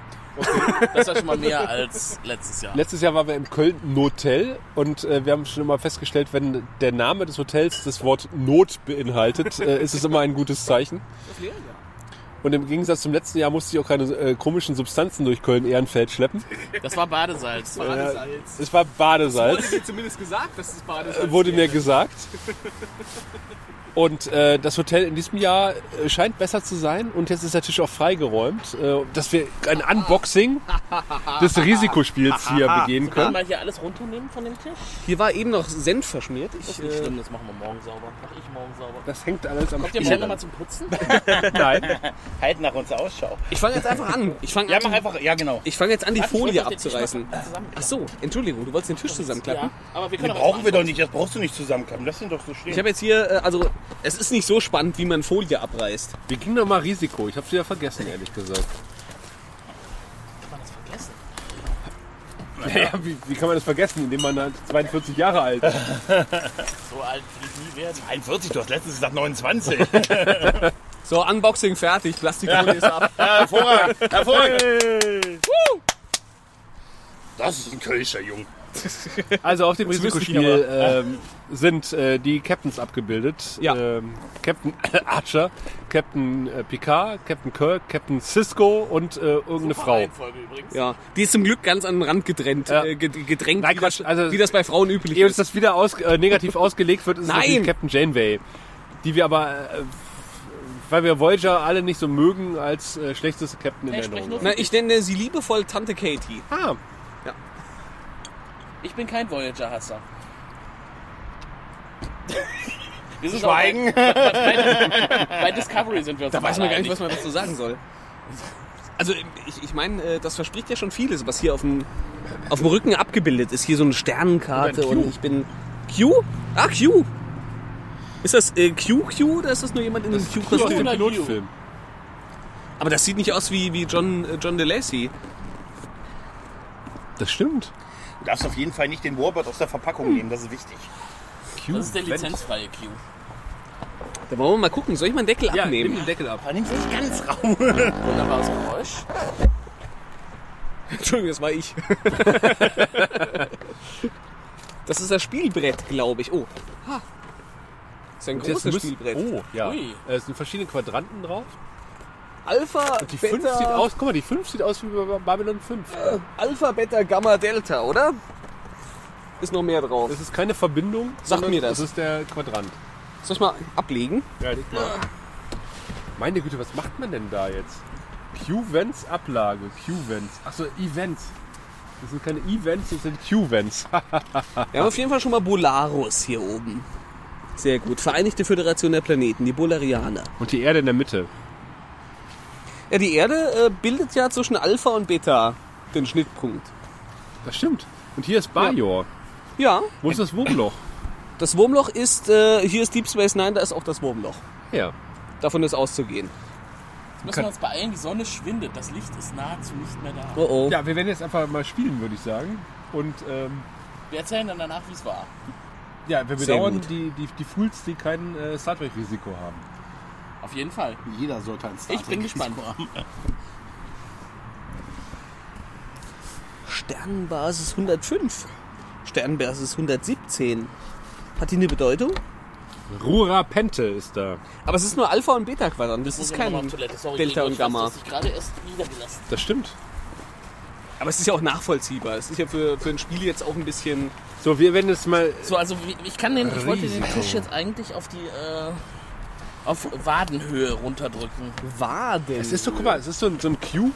D: Das war schon mal mehr als letztes Jahr.
C: Letztes Jahr waren wir im Köln Hotel und äh, wir haben schon immer festgestellt, wenn der Name des Hotels das Wort Not beinhaltet, äh, ist es immer ein gutes Zeichen. Und im Gegensatz zum letzten Jahr musste ich auch keine äh, komischen Substanzen durch Köln-Ehrenfeld schleppen.
D: Das war Badesalz.
G: Badesalz.
C: Es war Badesalz.
G: dir zumindest gesagt, dass es Badesalz
C: wurde mir gesagt. Und äh, das Hotel in diesem Jahr äh, scheint besser zu sein und jetzt ist der Tisch auch freigeräumt, äh, dass wir ein Unboxing des Risikospiels hier begehen
D: Können
C: können.
D: wir mal hier alles runternehmen von dem Tisch?
G: Hier war eben noch Senf verschmiert. Ich,
D: Das ist nicht
G: äh,
D: schlimm, das machen wir morgen sauber. Mach ich morgen sauber.
C: Das hängt alles am
D: Kommt ihr
C: Spiel.
D: morgen nochmal zum Putzen?
C: Nein.
E: Halt nach uns Ausschau.
G: ich fange jetzt einfach an. Ich fange
E: Ja,
G: an,
E: mach einfach, ja genau.
G: ich fang jetzt an, die
D: Warte, ich
G: Folie
D: wollte den Tisch
G: abzureißen.
D: mal zusammenklappen.
G: Ach so, Entschuldigung, du wolltest den Tisch zusammenklappen.
D: Ja, aber wir
E: Die
D: können auch
E: brauchen wir doch nicht, Genau, das brauchst du nicht zusammenklappen. Lass ihn doch so stehen.
G: Ich habe jetzt hier, äh, also es ist nicht so spannend, wie man Folie abreißt.
C: Wir gingen noch mal Risiko. Ich habe es wieder vergessen, ehrlich gesagt.
D: Hat man das vergessen?
C: Naja, wie, wie kann man das vergessen, indem man halt 42 Jahre alt ist?
D: So alt wie ich nie werden.
E: 41, du hast letztens gesagt 29.
G: So, Unboxing fertig, Plastikfolie ist ab.
E: Hervorragend, hervorragend. Das ist ein Kölscher Jung.
C: Also auf dem
G: müsste ich
C: Risikospiel ähm, sind äh, die Captains abgebildet.
G: Ja.
C: Ähm, Captain Archer, Captain äh, Picard, Captain Kirk, Captain Cisco und äh, irgendeine Frau.
D: Folge übrigens.
G: Ja, die ist zum Glück ganz an den Rand gedrängt,
C: Ja.
G: äh, ged- gedrängt,
C: Nein,
G: wie, das,
C: Quatsch, also-
G: wie das bei Frauen üblich
C: Ehe uns
G: ist.
C: das wieder aus, äh, negativ ausgelegt wird, ist es
G: Nein!
C: natürlich Captain Janeway, die wir aber, äh, weil wir Voyager alle nicht so mögen, als äh, schlechteste Captain in
D: Hey,
C: Erinnerung.
D: sprich nur
C: haben.
G: Na, ich nenne sie liebevoll Tante Katie.
C: Ah,
D: Ich bin kein Voyager-Hasser. Wir sind
E: Schweigen.
D: auch Bei, bei, bei Discovery sind wir uns
G: Da weiß man gar nicht,
D: einig.
G: was man dazu sagen soll. Also ich, ich meine, äh, das verspricht ja schon vieles, was hier auf dem, auf dem Rücken abgebildet ist. Hier so eine Sternenkarte und, ich bin Q? Ah, Q! Ist das äh, QQ oder ist das nur jemand in einem
C: aus dem
G: Q-Kostüm?
D: oder
C: Pilotfilm.
G: Aber das sieht nicht aus wie, wie John, äh, John DeLacy.
C: Das stimmt.
E: Du darfst auf jeden Fall nicht den Warbird aus der Verpackung nehmen, das ist wichtig.
C: Q.
D: Das ist der lizenzfreie Q.
G: Da wollen wir mal gucken. Soll ich meinen Deckel
C: Ja, nimm
G: abnehmen?
C: den Deckel ab.
E: Da nimmst du nicht ganz raum.
D: Wunderbares Geräusch.
G: Entschuldigung, das war ich. das ist das Spielbrett, glaube ich. Oh. Ha. Das ist ein
C: Jetzt
G: großes
C: müssen-
G: Spielbrett.
C: Oh, ja.
D: Ui.
C: Äh, Es sind verschiedene Quadranten drauf.
G: Alpha,
C: Die 5 sieht aus, guck mal, die 5 sieht aus wie bei Babylon 5.
G: Alpha, Beta, Gamma, Delta, oder? Ist noch mehr drauf.
C: Das ist keine Verbindung. sondern
G: mir das.
C: Das ist der Quadrant.
G: Soll ich mal ablegen?
C: Ja, leg mal. Meine Güte, was macht man denn da jetzt? Q-Vents Ablage. Q-Vents. Achso, Events. Das sind keine Events, das sind Q-Vents.
G: Wir haben auf jeden Fall schon mal Bolarus hier oben. Sehr gut. Vereinigte Föderation der Planeten, die Bolarianer.
C: Und die Erde in der Mitte.
G: Ja, die Erde äh, bildet ja zwischen Alpha und Beta den Schnittpunkt.
C: Das stimmt. Und hier ist Bajor.
G: Ja,
C: Wo ist das Wurmloch?
G: das Wurmloch ist, äh, hier ist Deep Space Nine, da ist auch das Wurmloch.
C: Ja.
G: Davon ist auszugehen.
D: Jetzt müssen wir uns beeilen, die Sonne schwindet. Das Licht ist nahezu nicht mehr da.
G: Oh oh.
C: Ja, wir werden jetzt einfach mal spielen, würde ich sagen. Und ähm,
D: Wir erzählen dann danach, wie es war.
C: ja, wir
G: Sehr
C: bedauern
G: gut.
C: die, die, die Fools, die kein äh, Star Trek-Risiko haben.
D: Auf jeden Fall.
E: Jeder sollte ein Star
D: Ich bin gespannt.
G: Sternenbasis 105. Sternenbasis 117. Hat die eine Bedeutung?
C: Rura Pente ist da.
G: Aber es ist nur Alpha und Beta Quadrant. Das ist kein
D: Muss ich nochmal auf Toilette. Sorry,
G: Delta
D: Gregor,
G: und
D: ich weiß, du
G: Gamma.
D: hast dich gerade erst niedergelassen.
C: Das stimmt.
G: Aber es ist ja auch nachvollziehbar. Es ist ja für, für ein Spiel jetzt auch ein bisschen.
C: So, wir werden jetzt mal
D: So, also wie- ich kann den, ich wollte den
C: Risiko.
D: Tisch jetzt eigentlich auf die, äh, auf Wadenhöhe runterdrücken.
G: Waden.
C: Es ist so, guck mal, es ist so, ein- so ein Cube,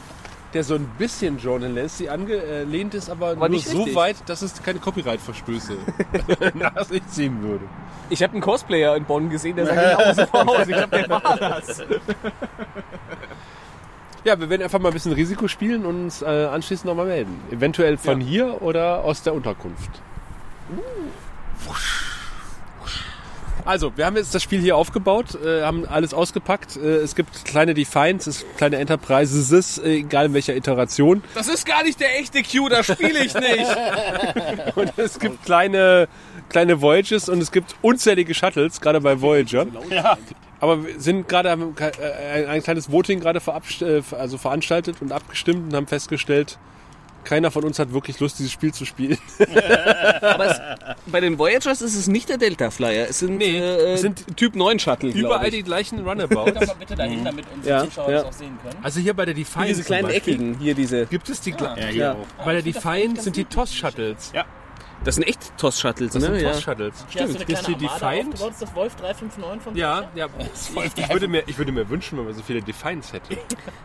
C: der so ein bisschen John and Lancy angelehnt ist, äh, aber, nur
G: nicht
C: so
G: richtig.
C: weit, dass es keine Copyright-Verstöße nachsehen würde.
G: Ich habe einen Cosplayer in Bonn gesehen, der sah genauso aus. Ich glaube, der war das.
C: Ja, wir werden einfach mal ein bisschen Risiko spielen und uns äh, anschließend nochmal melden. Eventuell von hier oder aus der Unterkunft. Also, wir haben jetzt das Spiel hier aufgebaut, äh, haben alles ausgepackt. Äh, es gibt kleine Defines, es gibt kleine Enterprises, äh, egal in welcher Iteration.
G: Das ist gar nicht der echte Q, da spiele ich nicht.
C: Und es gibt kleine, kleine Voyages und es gibt unzählige Shuttles, gerade bei Voyager. Aber wir sind gerade haben äh, ein, ein kleines Voting gerade verabst- äh, also veranstaltet und abgestimmt und haben festgestellt, keiner von uns hat wirklich Lust, dieses Spiel zu spielen.
G: Aber es, bei den Voyagers ist es nicht der Delta Flyer. Es sind,
C: Nee,
G: äh,
C: es sind
G: Typ 9 Shuttle. glaub
C: Überall
G: ich.
C: die gleichen
D: Guck doch
C: Runabouts.
D: mal bitte dahin, damit unsere
G: Mhm. Ja,
D: Zuschauer
G: ja.
D: das auch sehen können.
C: Also hier bei der Defiant
G: diese
C: zum
G: kleinen
C: Beispiel
G: Eckigen hier, diese.
C: gibt es die gleichen.
E: hier
G: auch.
C: Bei der Defiant sind die TOS-Shuttles.
G: Das sind echt TOS-Shuttles,
C: Das sind
G: ne? Ja.
C: TOS-Shuttles.
D: Hier hast du eine
C: Gibt es die
D: kleine Armada
C: Defiant?
D: aufgebaut, ist das Wolf 359 von
C: Ja,
D: Porsche?
C: ja. Ich, ich, würde mir, ich würde mir wünschen, wenn man so viele Defiance hätte.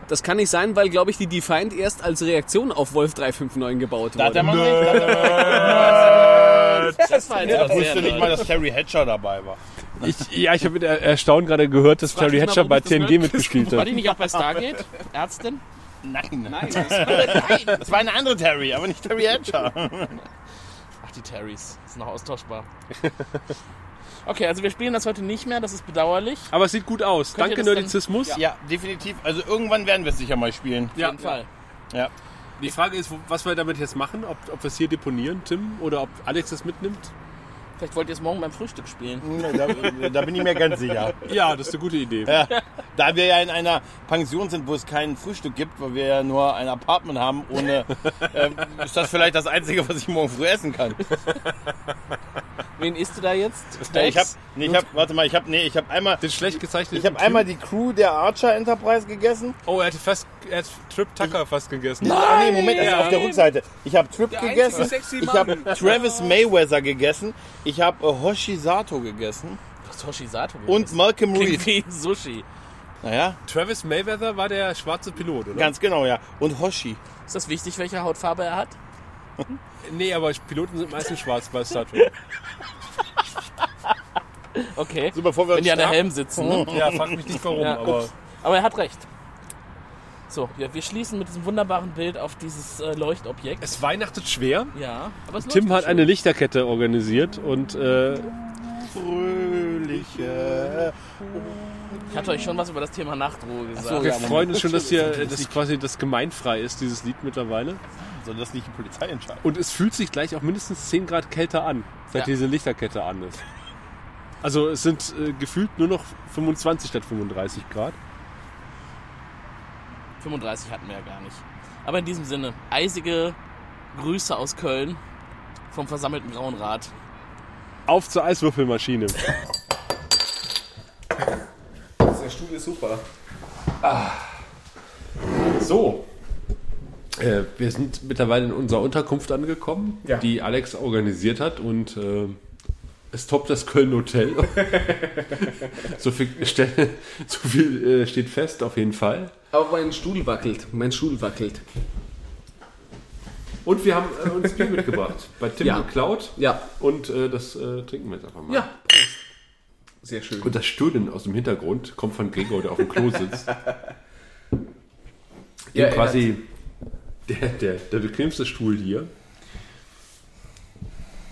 G: Das kann nicht sein, weil, glaube ich, die Defiant erst als Reaktion auf Wolf 359 gebaut
E: Da hat der
G: wurde.
E: Mann recht. da hat der
D: Das war jetzt
E: Mann-
D: aber
E: Ich wusste
D: sehr
E: nicht mal, dass Terry Hatcher dabei war.
C: Ich, ja, ich habe mit er- Erstaunen gerade gehört, dass
D: frag
C: Terry
D: mich mal,
C: Hatcher
D: warum
C: bei
D: ich das
C: TNG
D: gehört-
C: mitgespielt
D: War
C: hat.
D: die nicht auch bei Stargate? Ärztin?
E: Nein.
G: Nein, das
D: Nein!
E: Das war eine andere Terry, aber nicht Terry Hatcher.
D: Ach, die Terrys. Ist noch austauschbar. Okay, also wir spielen das heute nicht mehr, das ist bedauerlich.
C: Aber es sieht gut aus.
D: Könnt ihr
C: Danke,
D: das dann-
C: Nerdizismus.
E: Ja, definitiv. Also irgendwann werden wir es sicher mal spielen.
D: Auf jeden Fall.
E: Ja.
C: Die Frage ist, wo- was wir damit jetzt machen. Ob, ob wir es hier deponieren, Tim, oder ob Alex das mitnimmt.
D: Vielleicht wollt ihr es morgen beim Frühstück spielen.
E: Da, da bin ich mir ganz sicher.
C: Ja, das ist eine gute Idee.
E: Da wir ja in einer Pension sind, wo es kein Frühstück gibt, weil wir ja nur ein Apartment haben, ohne, ähm, ist das vielleicht das Einzige, was ich morgen früh essen kann.
D: Wen isst du da jetzt?
E: Ja, Äh, ich habe,
D: Steaks?
E: nee, ich hab, warte mal, ich habe, nee, ich habe einmal,
C: Den schlecht gezeichneten
E: ich habe
C: Typen.
E: einmal die Crew der Archer Enterprise gegessen.
C: Oh, er hat fast, er hat Trip Tucker fast gegessen.
E: Ah, nee, Moment, das ist
C: Ja.
E: auf der Rückseite. Ich habe Trip
G: einzige
E: gegessen.
G: sexy
E: Ich
G: Mann.
E: habe Travis Mayweather gegessen. Ich habe äh, Hoshi Sato gegessen
D: Du hast Toshisato
E: und Malcolm
D: Klingt
E: Reed.
D: wie Sushi.
E: Naja,
C: Travis Mayweather war der schwarze Pilot, oder?
E: ganz genau, ja. Und Hoshi.
D: Ist das wichtig, welche Hautfarbe er hat?
C: Nee, aber Piloten sind meistens schwarz bei Star Trek.
D: Okay.
E: So, bevor wir
D: Wenn die an der
E: starten-
D: Helm sitzen. Ne?
C: ja, frag mich nicht warum,
D: Ja,
C: aber.
D: ups. Aber er hat recht. So, ja, wir schließen mit diesem wunderbaren Bild auf dieses äh, Leuchtobjekt.
C: Es weihnachtet schwer.
D: Ja, aber es
C: Tim
D: leuchtet
C: hat
D: schön.
C: eine Lichterkette organisiert und äh,
E: fröhliche.
D: Ich hatte euch schon was über das Thema Nachtruhe gesagt.
C: wir freuen uns schon, dass hier äh, das quasi das gemeinfrei ist, dieses Lied mittlerweile.
E: Soll das nicht die Polizei entscheiden?
C: Und es fühlt sich gleich auch mindestens 10 Grad kälter an, seit
D: Ja.
C: diese Lichterkette an ist. Also es sind äh, gefühlt nur noch 25 statt 35 Grad.
D: 35 hatten wir ja gar nicht. Aber in diesem Sinne, eisige Grüße aus Köln vom versammelten Grauen Rat.
C: Auf zur Eiswürfelmaschine.
F: Der Stuhl ist super.
C: Ah. So. Äh, wir sind mittlerweile in unserer Unterkunft angekommen,
F: Ja.
C: die Alex organisiert hat und äh, es toppt das Köln Hotel. so viel, ste- so viel äh, steht fest auf jeden Fall.
F: Auch mein Stuhl wackelt. Mein Stuhl wackelt.
C: Und wir haben äh, uns Bier mitgebracht. Bei Tim
F: Ja.
C: geklaut.
F: Ja.
C: Und äh, das äh, trinken wir jetzt einfach mal.
F: Ja. Sehr schön.
C: Und das Stöhnen aus dem Hintergrund kommt von Gregor, der auf dem Klo sitzt.
F: Ja,
C: ja, quasi der, der, der bequemste Stuhl hier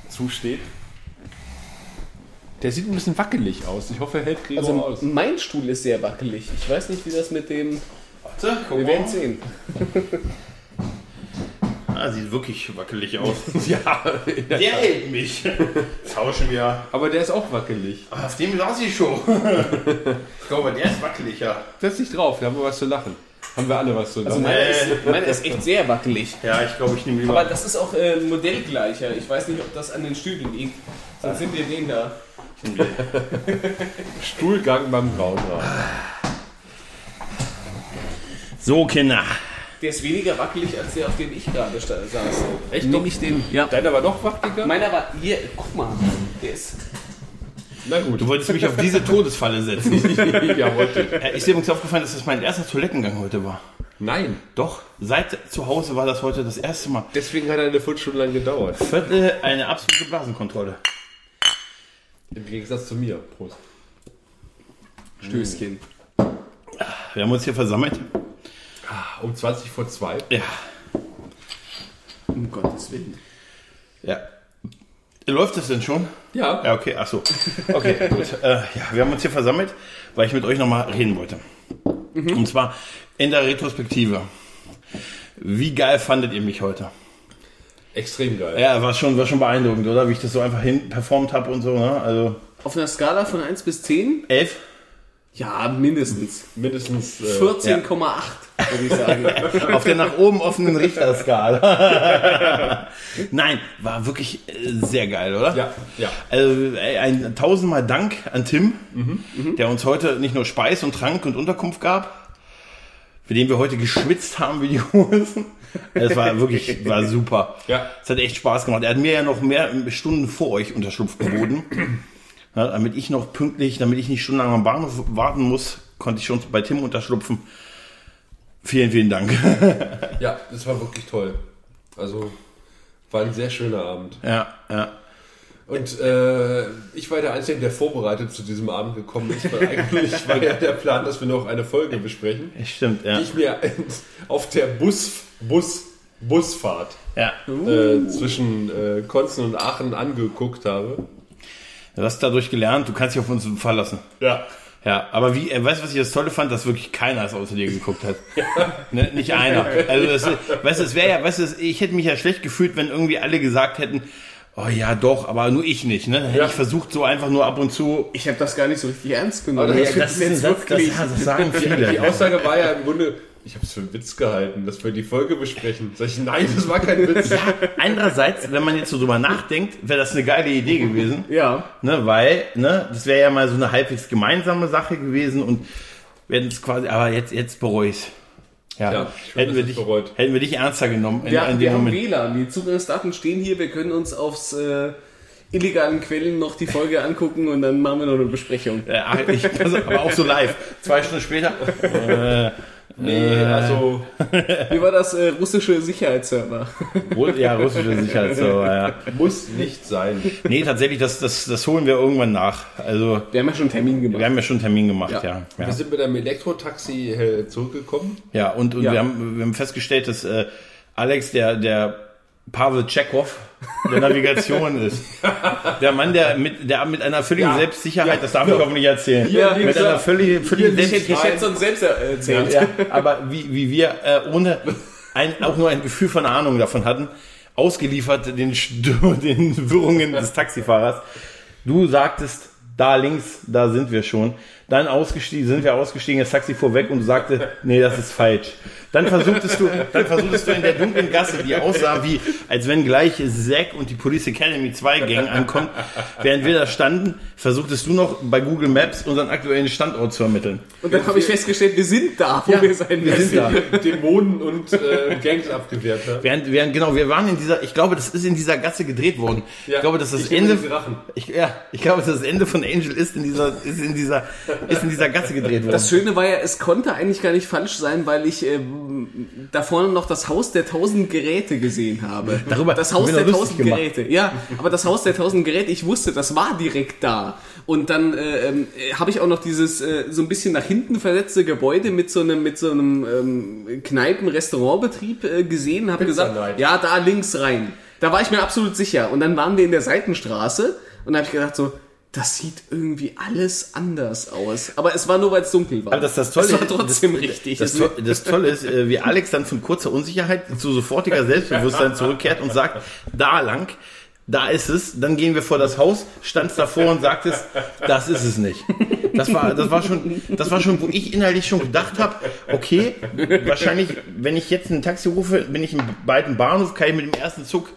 C: zusteht. Der sieht ein bisschen wackelig aus. Ich hoffe, er hält Gregor
F: Also
C: aus.
F: mein Stuhl ist sehr wackelig. Ich weiß nicht, wie das mit dem.
E: Warte, guck
F: Wir werden sehen.
E: Ah, sieht wirklich wackelig aus.
C: Ja,
E: Der hält mich. Tauschen wir. Ah,
C: aber der ist auch wackelig.
E: Auf dem saß ich schon. Ich glaube, der ist wackeliger.
C: Setz dich drauf, wir haben was zu lachen. Haben wir alle was zu lachen.
F: Meiner ist, meiner ist echt sehr wackelig.
E: Ja, ich glaube, ich nehme lieber.
F: Äh. Aber das ist auch äh, ein modellgleicher. Ich weiß nicht, ob das an den Stühlen liegt. Sonst sind wir den da.
C: Stuhlgang beim Braunrad.
E: so, Kinder.
F: Der ist weniger wackelig als der, auf dem ich gerade sta- saß.
C: Echt?
F: Nehme ich den? Ja.
C: Deiner war noch wackeliger?
F: Meiner war hier. Guck mal. Der ist.
C: Na gut.
E: Du wolltest mich auf diese Todesfalle setzen.
C: ja, wollte.
E: Äh, ist dir übrigens aufgefallen, dass das mein erster Toilettengang heute war.
C: Nein.
E: Doch, seit zu Hause war das heute das erste Mal.
C: Deswegen hat er eine Viertelstunde lang gedauert.
E: Viertel, eine absolute Blasenkontrolle.
C: Im Gegensatz zu mir. Prost.
F: Stößchen.
E: Wir haben uns hier versammelt.
C: Um 20 vor 2.
E: Ja.
F: Um Gottes Willen.
E: Ja. Läuft es denn schon?
C: Ja.
E: Ja, okay, ach so. Okay, gut. Äh, ja, wir haben uns hier versammelt, weil ich mit euch nochmal reden wollte.
F: Mhm.
E: Und zwar in der Retrospektive. Wie geil fandet ihr mich heute?
C: Extrem geil.
E: Ja, war schon, war schon beeindruckend, oder? Wie ich das so einfach hin performt habe und so, ne? Also
F: Auf einer Skala von 1 bis 10?
E: elf.
F: Ja, mindestens.
C: Mindestens. Äh,
F: 14,8.
E: würde ich sagen. Auf der nach oben offenen Richterskala. Nein, war wirklich äh, sehr geil, oder?
C: Ja, ja.
E: Also, ey, ein tausendmal Dank an Tim,
C: Mhm,
E: der uns heute nicht nur Speis und Trank und Unterkunft gab, für den wir heute geschwitzt haben wie die Hosen. Es war wirklich war super.
C: Ja.
E: Es hat echt Spaß gemacht. Er hat mir ja noch mehr Stunden vor euch Unterschlupf geboten. Ja, damit ich noch pünktlich, damit ich nicht stundenlang am Bahnhof warten muss, konnte ich schon bei Tim unterschlupfen. Vielen, vielen Dank.
C: Ja, das war wirklich toll. Also war ein sehr schöner Abend.
E: Ja, ja.
C: Und äh, ich war der Einzige, der vorbereitet zu diesem Abend gekommen ist, weil eigentlich war ja der Plan, dass wir noch eine Folge besprechen.
E: Stimmt, ja.
C: Die ich mir auf der Bus, Bus, Busfahrt
E: ja.
C: äh, zwischen äh, Konzen und Aachen angeguckt habe.
E: Du hast dadurch gelernt, du kannst dich auf uns verlassen.
C: Ja.
E: Ja, aber wie, äh, weißt du, was ich das Tolle fand, dass wirklich keiner es außer dir geguckt hat. Ne, nicht einer. Also, es, weißt du, es wäre ja, weißt du, es- ich hätte mich ja schlecht gefühlt, wenn irgendwie alle gesagt hätten, oh ja, doch, aber nur ich nicht, ne? Dann hätte
C: Ja.
E: ich versucht, so einfach nur ab und zu.
G: Ich habe das gar nicht so richtig ernst genommen.
C: Aber das
G: Ich find's jetzt wirklich-
E: sagen
C: Die
E: viele.
C: Aussage war ja im Grunde, ich habe es für einen Witz gehalten, dass wir die Folge besprechen. Sag ich, nein, das war kein Witz.
E: Andererseits, wenn man jetzt so drüber nachdenkt, wäre das eine geile Idee gewesen.
G: ja,
E: Ne, weil, ne, das wäre ja mal so eine halbwegs gemeinsame Sache gewesen und wir hätten es quasi, aber jetzt, jetzt bereue ich Ja,
C: Ja, schön,
E: hätten,
C: dass
E: wir
C: ich's
E: dich,
C: bereut.
E: hätten wir dich ernster genommen in,
G: wir,
E: in
G: wir
E: dem
G: haben
E: Moment.
G: WLAN. Die Zugangsdaten stehen hier. Wir können uns aufs äh, illegalen Quellen noch die Folge angucken und dann machen wir noch eine Besprechung.
E: Äh, ach, ich, pass auf, aber auch so live. Zwei Stunden später.
C: Nee, also
G: Wie war das äh, russische Sicherheitsserver?
E: Ru- Ja, russische Sicherheitsserver, ja.
C: muss nicht sein.
E: Nee, tatsächlich, das, das, das holen wir irgendwann nach. Also,
G: Wir haben ja schon einen Termin gemacht.
E: wir haben ja schon einen Termin gemacht,
G: Ja.
E: ja. Ja,
C: Wir sind mit einem Elektrotaxi äh, zurückgekommen.
E: ja und, und
G: Ja.
E: Wir, haben, wir haben festgestellt, dass äh, Alex der, der Pavel Tschechow der Navigation ist. Der Mann, der mit, der mit einer völligen
C: Ja.
E: Selbstsicherheit,
C: Ja.
E: das darf ich auch nicht erzählen.
G: Ja, wie
E: mit
G: gesagt,
E: einer völligen, völligen
G: ich hätte ich
E: Selbstsicherheit.
G: hätte es uns selbst erzählt.
E: Ja, aber wie, wie wir äh, ohne ein, auch nur ein Gefühl von Ahnung davon hatten, ausgeliefert den, Stö- den Wirrungen des Taxifahrers. Du sagtest, da links, da sind wir schon. Dann ausgestiegen, sind wir ausgestiegen, das Taxi fuhr weg und du sagte, nee, das ist falsch. Dann versuchtest du, dann versuchtest du in der dunklen Gasse, die aussah wie, als wenn gleich Zack und die Police Academy 2 Gang ankommen, während wir da standen, versuchtest du noch bei Google Maps unseren aktuellen Standort zu ermitteln.
G: Und dann habe ich festgestellt, wir sind da, wo wir sein
E: wir sind
G: müssen.
E: da.
C: Dämonen und äh, Gangs abgewehrt hat.
E: Während, während, genau, wir waren in dieser, ich glaube, das ist in dieser Gasse gedreht worden. ich glaube, dass das Ende,
C: Die Drachen.
E: ich, ja, ich glaube, dass das Ende von Angel ist in dieser, ist in dieser, ist in dieser Gasse gedreht worden.
G: Das Schöne war ja, es konnte eigentlich gar nicht falsch sein, weil ich ähm, da vorne noch das Haus der tausend Geräte gesehen habe.
E: Darüber
G: das
E: haben
G: Haus
E: wir noch
G: der
E: lustig
G: tausend
E: gemacht.
G: Geräte. Ja, aber das Haus der tausend Geräte, ich wusste, das war direkt da. Und dann äh, ähm, habe ich auch noch dieses äh, so ein bisschen nach hinten versetzte Gebäude mit so einem mit so einem ähm, Kneipen-Restaurantbetrieb äh, gesehen, habe gesagt,
C: Night.
G: ja, da links rein. Da war ich mir absolut sicher. Und dann waren wir in der Seitenstraße und da habe ich gedacht so. Das sieht irgendwie alles anders aus. Aber es war nur, weil es dunkel war.
E: Aber Also das, das Tolle,
G: war trotzdem richtig.
E: Das, das, To- das Tolle ist, äh, wie Alex dann von kurzer Unsicherheit zu sofortiger Selbstbewusstsein zurückkehrt und sagt, da lang, da ist es, dann gehen wir vor das Haus, standst davor und sagtest, das ist es nicht. Das war, das war schon, das war schon, wo ich innerlich schon gedacht habe, okay, wahrscheinlich, wenn ich jetzt ein Taxi rufe, bin ich im beiden Bahnhof, kann ich mit dem ersten Zug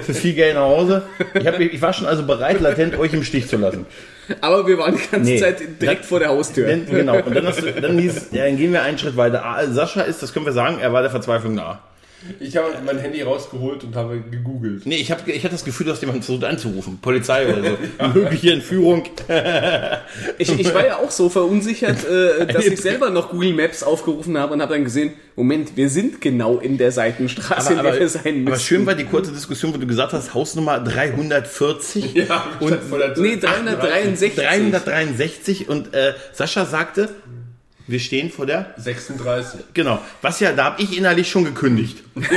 E: für viel Geld nach Hause. Ich, hab, ich war schon also bereit, latent euch im Stich zu lassen.
G: Aber wir waren die ganze
E: Nee.
G: Zeit direkt vor der Haustür.
E: Denn, genau, und dann, hast du, dann hieß es, ja, dann gehen wir einen Schritt weiter. Ah, Sascha ist, das können wir sagen, er war der Verzweiflung nah.
C: Ich habe mein Handy rausgeholt und habe gegoogelt.
E: Nee, ich, hab, ich hatte das Gefühl, dass jemand versucht anzurufen. Polizei oder so. Mögliche Entführung.
G: ich, ich war ja auch so verunsichert, äh, dass ich selber noch Google Maps aufgerufen habe und habe dann gesehen, Moment, wir sind genau in der Seitenstraße, in der wir sein
E: aber
G: müssen.
E: schön war die kurze Diskussion, wo du gesagt hast, Hausnummer 340.
C: Ja, und vor der Tür.
G: nee, 363.
E: 363 und äh, Sascha sagte, wir stehen vor der
C: 36.
E: Genau. Was ja, da habe ich innerlich schon gekündigt. Ne,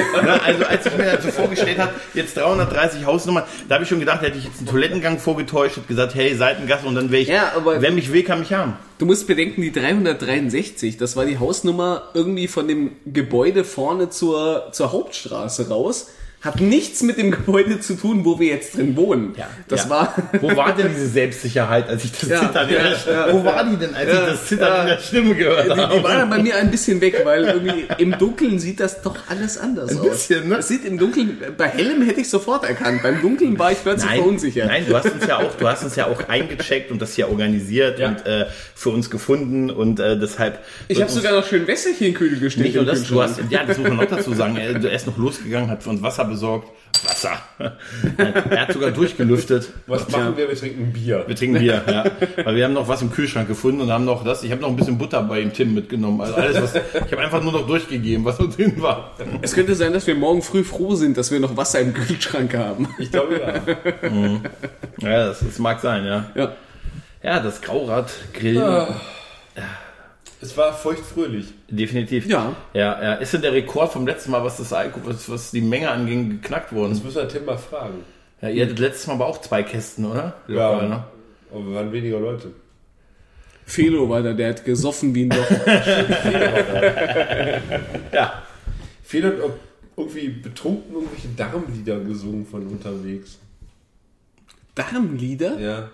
E: also als ich mir das so vorgestellt habe, jetzt 330 Hausnummern, da habe ich schon gedacht, hätte ich jetzt einen Toilettengang vorgetäuscht, hätte gesagt, hey, Seitengasse und dann wäre ich,
G: Ja, aber-
E: wer mich will, kann mich haben.
G: Du musst bedenken, die 363, das war die Hausnummer irgendwie von dem Gebäude vorne zur, zur Hauptstraße raus. Hat nichts mit dem Gebäude zu tun, wo wir jetzt drin wohnen.
E: Ja.
G: Das
E: Ja.
G: war.
E: Wo war denn diese Selbstsicherheit, als ich das
G: Ja,
E: Zittern in der,
G: ja, ja.
E: Wo war die denn, als
G: Ja,
E: ich das Zittern
G: ja.
E: in der Stimme gehört
G: Die, die war
E: habe?
G: dann bei mir ein bisschen weg, weil irgendwie im Dunkeln sieht das doch alles anders aus.
E: bisschen, ne?
G: Es sieht im Dunkeln, bei hellem hätte ich sofort erkannt, beim Dunkeln war ich plötzlich verunsichert.
E: nein, du hast uns ja auch, du hast uns ja auch eingecheckt und das hier organisiert
G: Ja.
E: und äh, für uns gefunden und äh, deshalb.
G: Ich
E: wird
G: habe
E: uns-
G: sogar noch schön Wässerchenkühl gestellt.
E: Nicht nur
G: im
E: das, du hast,
G: Kühlschrank.
E: ja, das muss man noch dazu sagen. Er, er ist noch losgegangen, hat für uns Wasser besorgt. Wasser. Er hat sogar durchgelüftet.
C: Was machen wir? Wir trinken Bier.
E: Wir trinken Bier, ja. Weil wir haben noch was im Kühlschrank gefunden und haben noch das. Ich habe noch ein bisschen Butter bei dem Tim mitgenommen. Also alles, was, ich habe einfach nur noch durchgegeben, was noch drin war.
G: Es könnte sein, dass wir morgen früh froh sind, dass wir noch Wasser im Kühlschrank haben.
C: Ich glaube ja.
E: Ja, das, das mag sein, ja.
G: Ja.
E: Ja, das Graurad grillen.
C: Es war feuchtfröhlich.
E: Definitiv.
G: Ja.
E: ja. Ja, ist denn der Rekord vom letzten Mal, was das Alkohol, was, was die Menge anging, geknackt worden?
C: müssen wir Tim mal fragen.
E: Ja, ihr hattet letztes Mal aber auch zwei Kästen, oder?
C: Ja.
E: Locker, ne?
C: Aber wir waren weniger Leute.
G: Felo war da, der hat gesoffen wie ein Loch.
E: Ja.
C: Viel hat halt auch irgendwie betrunken irgendwelche Darmlieder gesungen von unterwegs.
G: Darmlieder?
C: Ja.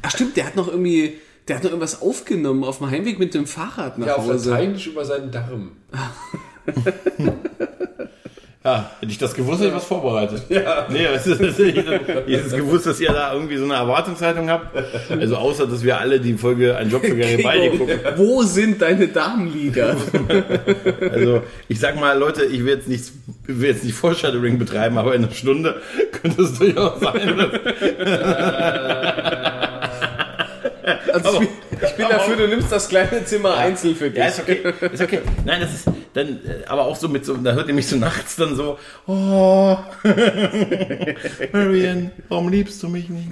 G: Ach stimmt, der hat noch irgendwie, der hat noch irgendwas aufgenommen auf dem Heimweg mit dem Fahrrad nach
C: Ja, auf
G: Hause.
C: Lateinisch über seinen Darm.
E: Ja, hätte ich das gewusst, hätte ich was vorbereitet. Ja. Nee, es ist, es ist, ich hätte es gewusst, dass ihr da irgendwie so eine Erwartungshaltung habt. Also außer, dass wir alle die Folge Ein Job für
G: Genau.
E: Garibaldi gucken.
G: Wo sind deine Darmlieder?
E: Also ich sag mal, Leute, ich will jetzt nicht, will jetzt nicht Foreshadowing betreiben, aber in einer Stunde könnte es durchaus sein, dass
G: Also ich bin, ich bin dafür, du nimmst das kleine Zimmer einzeln für dich.
E: Ja, ist okay. Ist okay. Nein, das ist dann, äh, aber auch so mit so, da hört ihr mich so nachts dann so, oh, Marian, warum liebst du mich nicht?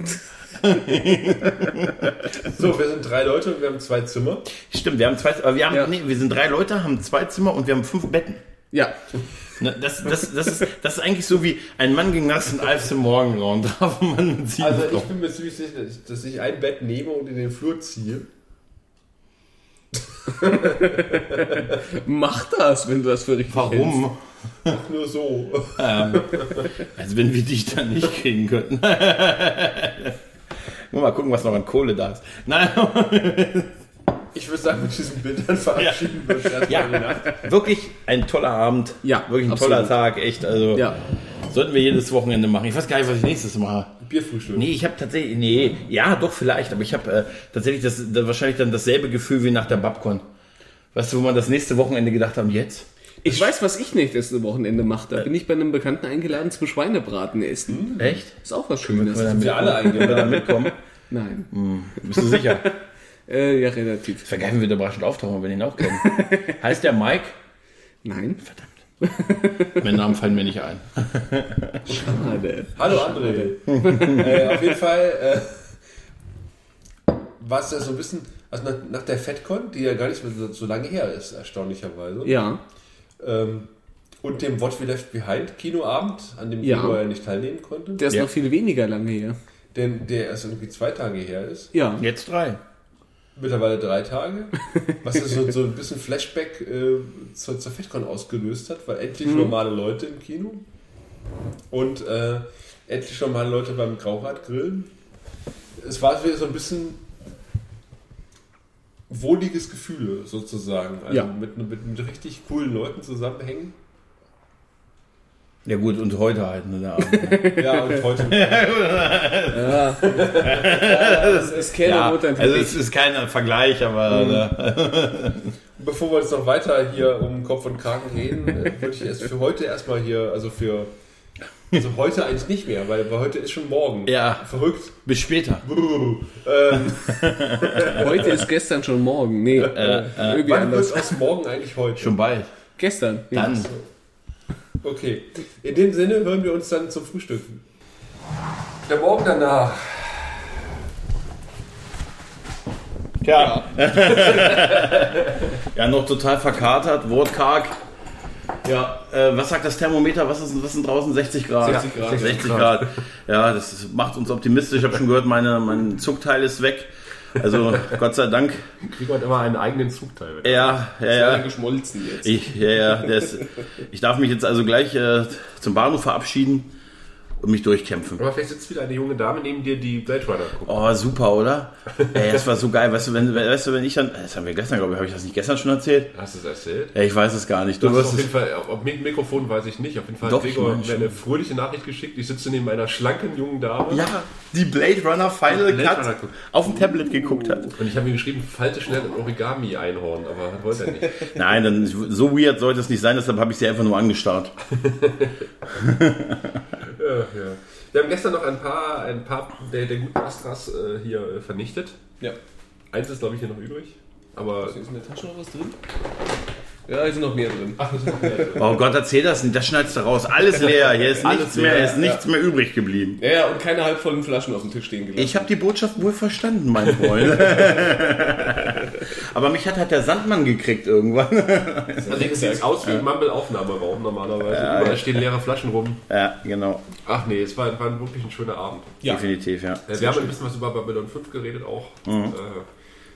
C: So, wir sind drei Leute und wir haben zwei Zimmer.
E: Stimmt, wir haben zwei, aber wir haben,
G: Ja.
E: nee, wir sind drei Leute, haben zwei Zimmer und wir haben fünf Betten.
G: Ja.
E: Ne, Das, das, das, ist, das ist eigentlich so wie ein Mann ging nachts und Alfs im Morgengrauen. Da war man mit sieben
C: Also ich
E: Frauen.
C: bin mir ziemlich sicher, dass ich- dass ich ein Bett nehme und in den Flur ziehe.
G: Mach das, wenn du das für richtig hältst.
E: Warum?
C: Nur so.
E: Also wenn wir dich dann nicht kriegen könnten. Nur mal gucken, was noch an Kohle da ist. Nein,
C: Ich würde sagen, mit diesen Bildern verabschieden wir uns erstmal
E: Ja.
C: die Nacht.
E: wirklich ein toller Abend.
G: Ja,
E: Wirklich ein
G: absolut.
E: toller Tag, echt. Also
G: Ja.
E: sollten wir jedes Wochenende machen. Ich weiß gar nicht, was ich nächstes mache.
C: Bierfrühstück.
E: Nee, ich habe tatsächlich, nee, ja, doch vielleicht, aber ich habe äh, tatsächlich das, da wahrscheinlich dann dasselbe Gefühl wie nach der Babcon. Weißt du, wo man das nächste Wochenende gedacht haben, jetzt?
G: Ich weiß, was ich nächstes Wochenende mache. Da bin ich bei einem Bekannten eingeladen zum Schweinebraten essen.
E: Echt?
G: Ist auch was
E: Hm? Können
G: Schönes.
E: wir alle eingehen, wenn wir da mitkommen?
G: Nein.
E: Bist du sicher?
G: Äh, ja, relativ.
E: Vergeifen wir da überraschend auftauchen, wenn wir den auch kennen. Heißt der Mike?
G: Nein.
E: Mein Namen fallen mir nicht ein.
G: Schade.
C: Hallo André. äh, auf jeden Fall äh, war es ja so ein bisschen, also nach, nach der FedCon, die ja gar nicht mehr so, so lange her ist, erstaunlicherweise.
G: Ja.
C: Ähm, und dem What We Left Behind Kinoabend, an dem
G: Ja.
C: Kino er nicht teilnehmen konnte.
G: Der ist
E: Ja.
G: noch viel weniger lange her.
C: denn der erst irgendwie zwei Tage her ist.
G: Ja.
E: Jetzt drei.
C: Mittlerweile drei Tage. Was ja so, so ein bisschen Flashback äh, zur, zur FedCon ausgelöst hat, weil endlich
G: Mhm.
C: normale Leute im Kino und äh, endlich normale Leute beim Graurat grillen. Es war wieder so ein bisschen wohliges Gefühl sozusagen. Also
G: Ja.
C: mit, mit, mit richtig coolen Leuten zusammenhängen.
E: Ja gut, und heute halt, ne, der Abend.
C: Ja, und heute.
G: Das ist
E: ja,
G: Kernerot
E: also es ist kein Vergleich, aber ne,
C: Bevor wir jetzt noch weiter hier um Kopf und Kragen reden, äh, würde ich erst für heute erstmal hier, also für. Also heute eigentlich nicht mehr, weil, weil heute ist schon morgen.
E: Ja.
C: Verrückt.
E: bis später.
C: Brrr. Ähm,
G: Heute ist gestern schon morgen.
E: Äh,
G: Nee, irgendwie
C: wann
G: anders.
C: wird aus morgen eigentlich heute?
E: Schon bald.
G: Gestern. Ja.
E: Dann.
C: Okay. In dem Sinne hören wir uns dann zum Frühstück. Der Morgen danach.
E: Tja. Ja. noch total verkatert, wortkarg. Ja, äh, was sagt das Thermometer? Was, ist, was sind draußen? 60 Grad.
C: 60 Grad.
E: 60 Grad. Ja, das ist, macht uns optimistisch. Ich habe schon gehört, meine, mein Zugteil ist weg. Also Gott sei Dank.
C: Krieg hat immer einen eigenen Zugteil. wenn er-
E: Ja, ja, ja.
I: geschmolzen jetzt.
E: Ich, ja, ja, der ist, ich darf mich jetzt also gleich äh, zum Bahnhof verabschieden und mich durchkämpfen.
C: Aber vielleicht sitzt wieder eine junge Dame neben dir, die Blade Runner guckt.
E: Oh, super, oder? Ey, das war so geil. Weißt du, wenn, wenn- weißt du, wenn ich dann. Das haben wir gestern, glaube ich, habe ich das nicht gestern schon erzählt?
C: Hast du es erzählt?
E: Ja, ich weiß es gar nicht. Du
C: Das ist
E: wirst
C: auf jeden
E: es.
C: Fall, ob mit Mikrofon weiß ich nicht. Auf jeden Fall
E: Doch,
C: hat
E: ich
C: Gregor
E: meine
C: mir
E: schon.
C: eine fröhliche Nachricht geschickt. Ich sitze neben einer schlanken jungen Dame.
E: Ja, die Blade Runner Final
C: Blade Runner
E: Cut
C: guckt.
E: auf dem Tablet geguckt hat.
C: Und ich habe ihm geschrieben, falte schnell ein Origami-Einhorn, aber das wollte er nicht.
E: Nein, dann, so weird sollte es nicht sein, deshalb habe ich sie einfach nur angestarrt.
C: Ja, ja. Wir haben gestern noch ein paar, ein paar der, der guten Astras äh, hier äh, vernichtet.
I: Ja.
C: Eins ist, glaube ich, hier noch übrig. Aber
I: Ist in der Tasche noch was drin? Ja, hier sind noch mehr drin. Ach,
E: Oh Gott, erzähl das nicht, das schneidest du raus. Alles leer, hier ist nichts mehr, hier ist nichts mehr übrig geblieben.
I: ja, ja, und keine halbvollen Flaschen auf dem Tisch stehen gelassen.
E: Ich habe die Botschaft wohl verstanden, mein Freund. Aber mich hat halt der Sandmann gekriegt irgendwann.
C: deswegen sieht es Also aus wie ein Mumble-Aufnahmeraum normalerweise. Überall stehen leere Flaschen rum.
E: Ja, genau,
C: Ach nee, es war, war wirklich ein schöner Abend.
E: definitiv, ja.
C: Äh, wir haben ein bisschen was über Babylon 5 geredet auch. Äh,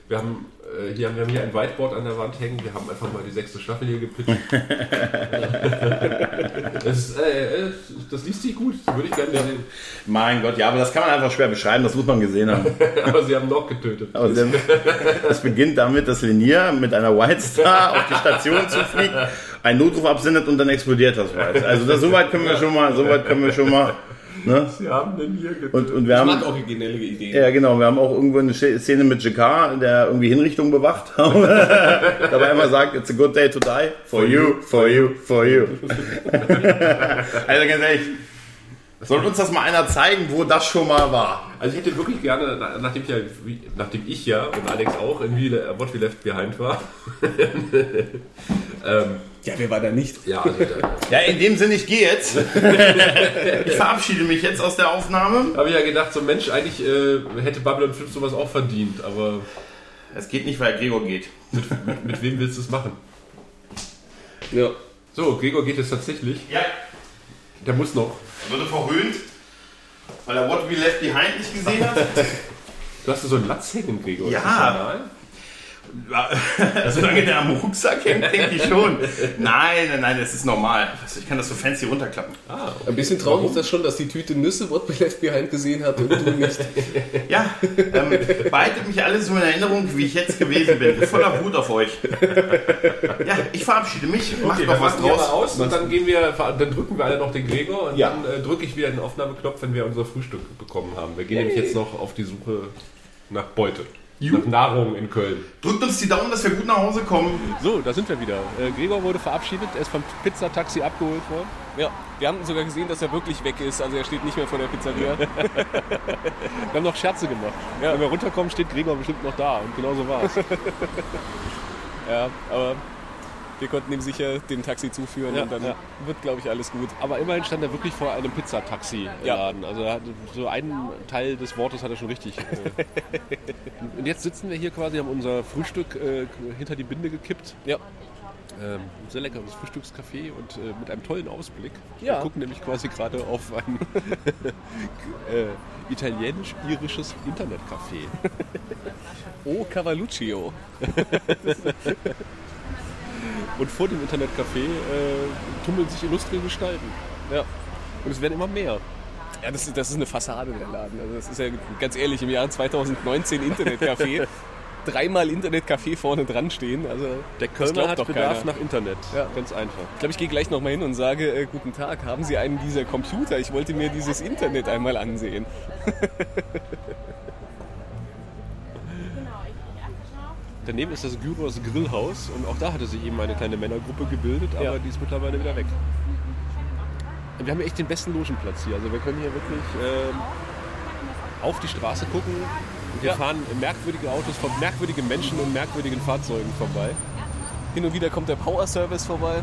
C: wir, haben, äh, hier, wir haben hier ein Whiteboard an der Wand hängen. Wir haben einfach mal die sechste Staffel hier gepitcht. das, äh, äh, das liest sich gut. Das würde ich gerne sehen.
E: Mein Gott, ja, aber das kann man einfach schwer beschreiben, das muss man gesehen haben.
C: Aber sie haben noch getötet.
E: Aber sehr- Also, es beginnt damit, dass Linier mit einer White Star auf die Station zufliegt, einen Notruf absendet und dann explodiert das Weiß. Also das, so weit können wir schon mal, so weit können wir schon mal. Ne?
C: Sie haben den hier getötet.
E: Und, und wir
I: mag
E: haben,
I: originelle Ideen.
E: ja genau, wir haben auch irgendwo eine Sch- Szene mit Jakar, der irgendwie Hinrichtung bewacht. Dabei immer sagt, it's a good day to die. For you, for you, for you. also ganz ehrlich, soll uns das mal einer zeigen, wo das schon mal war?
C: Also ich hätte wirklich gerne, na- nachdem ich ja, wie- nachdem ich ja und Alex auch in We Le- äh, What We Left Behind war.
I: Ja, wer war da nicht?
C: Ja, also da
E: Ja, in dem Sinne, ich gehe jetzt. ich verabschiede mich jetzt aus der Aufnahme.
C: habe ich ja gedacht, so Mensch, eigentlich äh, hätte Babylon 5 sowas auch verdient, aber
E: Es geht nicht, weil Gregor geht.
C: mit wem willst du es machen?
I: Ja.
C: So, Gregor geht es tatsächlich.
E: Ja,
C: Der muss noch.
E: er wurde verhöhnt, weil er What We Left Behind nicht gesehen hat.
C: Du hast da so einen Latz hängen, Gregor.
E: Ja.
C: Ist das normal?
E: Solange Also der am Rucksack hängt, denke ich schon. Nein, nein, nein, das ist normal. Also Ich kann das so fancy runterklappen.
I: Ein bisschen traurig ist das schon, dass die Tüte Nüsse What We Left Behind gesehen hat und du nicht.
E: Ja, ähm, behaltet mich alles nur in Erinnerung, wie ich jetzt gewesen bin. Voller Wut auf euch. Ja, ich verabschiede mich. Macht
C: Okay,
E: noch
C: dann
E: was
C: machen wir mal
E: draus.
C: aus und dann gehen wir, dann drücken wir alle noch den Gregor und
E: Ja.
C: dann äh, drücke ich wieder den Aufnahmeknopf, wenn wir unser Frühstück bekommen haben. Wir gehen nämlich jetzt noch auf die Suche nach Beute. Nach Nahrung in Köln.
E: Drückt uns die Daumen, dass wir gut nach Hause kommen.
C: So, da sind wir wieder. Äh, Gregor wurde verabschiedet, er ist vom Pizzataxi abgeholt worden.
F: Ja, wir haben sogar gesehen, dass er wirklich weg ist. Also er steht nicht mehr vor der Pizzeria.
C: Wir haben noch Scherze gemacht. Wenn wir runterkommen, steht Gregor bestimmt noch da und genau so war es.
F: Ja, aber wir konnten ihm sicher dem Taxi zuführen und dann wird, glaube ich, alles gut.
C: Aber immerhin stand er wirklich vor einem Pizzataxi-Laden. Also er hat so einen Teil des Wortes hat er schon richtig. äh. und jetzt sitzen wir hier quasi, haben unser Frühstück äh, hinter die Binde gekippt.
F: Ja.
C: Ähm, ein sehr leckeres Frühstückscafé und äh, mit einem tollen Ausblick.
F: Ja.
C: Wir gucken nämlich quasi gerade auf ein äh, italienisch-irisches Internetcafé.
F: Oh, Cavalluccio.
C: Und vor dem Internetcafé äh, tummeln sich illustre Gestalten.
F: Ja.
C: Und es werden immer mehr.
F: Ja, das ist, das ist eine Fassade der Laden. Also das ist ja ganz ehrlich, im Jahr 2019 Internetcafé. Dreimal Internetcafé vorne dran stehen. Also
C: Der
F: das
C: Kölner
F: glaubt
C: hat
F: doch
C: Bedarf
F: keiner.
C: nach Internet.
F: Ja.
C: Ganz einfach.
F: Ich glaube, ich gehe gleich nochmal hin und sage, äh, guten Tag, haben Sie einen dieser Computer? Ich wollte mir dieses Internet einmal ansehen.
C: Daneben ist das Gyros Grillhaus und auch da hatte sich eben eine kleine Männergruppe gebildet, aber die ist mittlerweile wieder weg. Wir haben hier echt den besten Logenplatz hier. Also wir können hier wirklich ähm, auf die Straße gucken. Und hier fahren merkwürdige Autos von merkwürdigen Menschen und merkwürdigen Fahrzeugen vorbei.
F: Hin und wieder kommt der Power Service vorbei.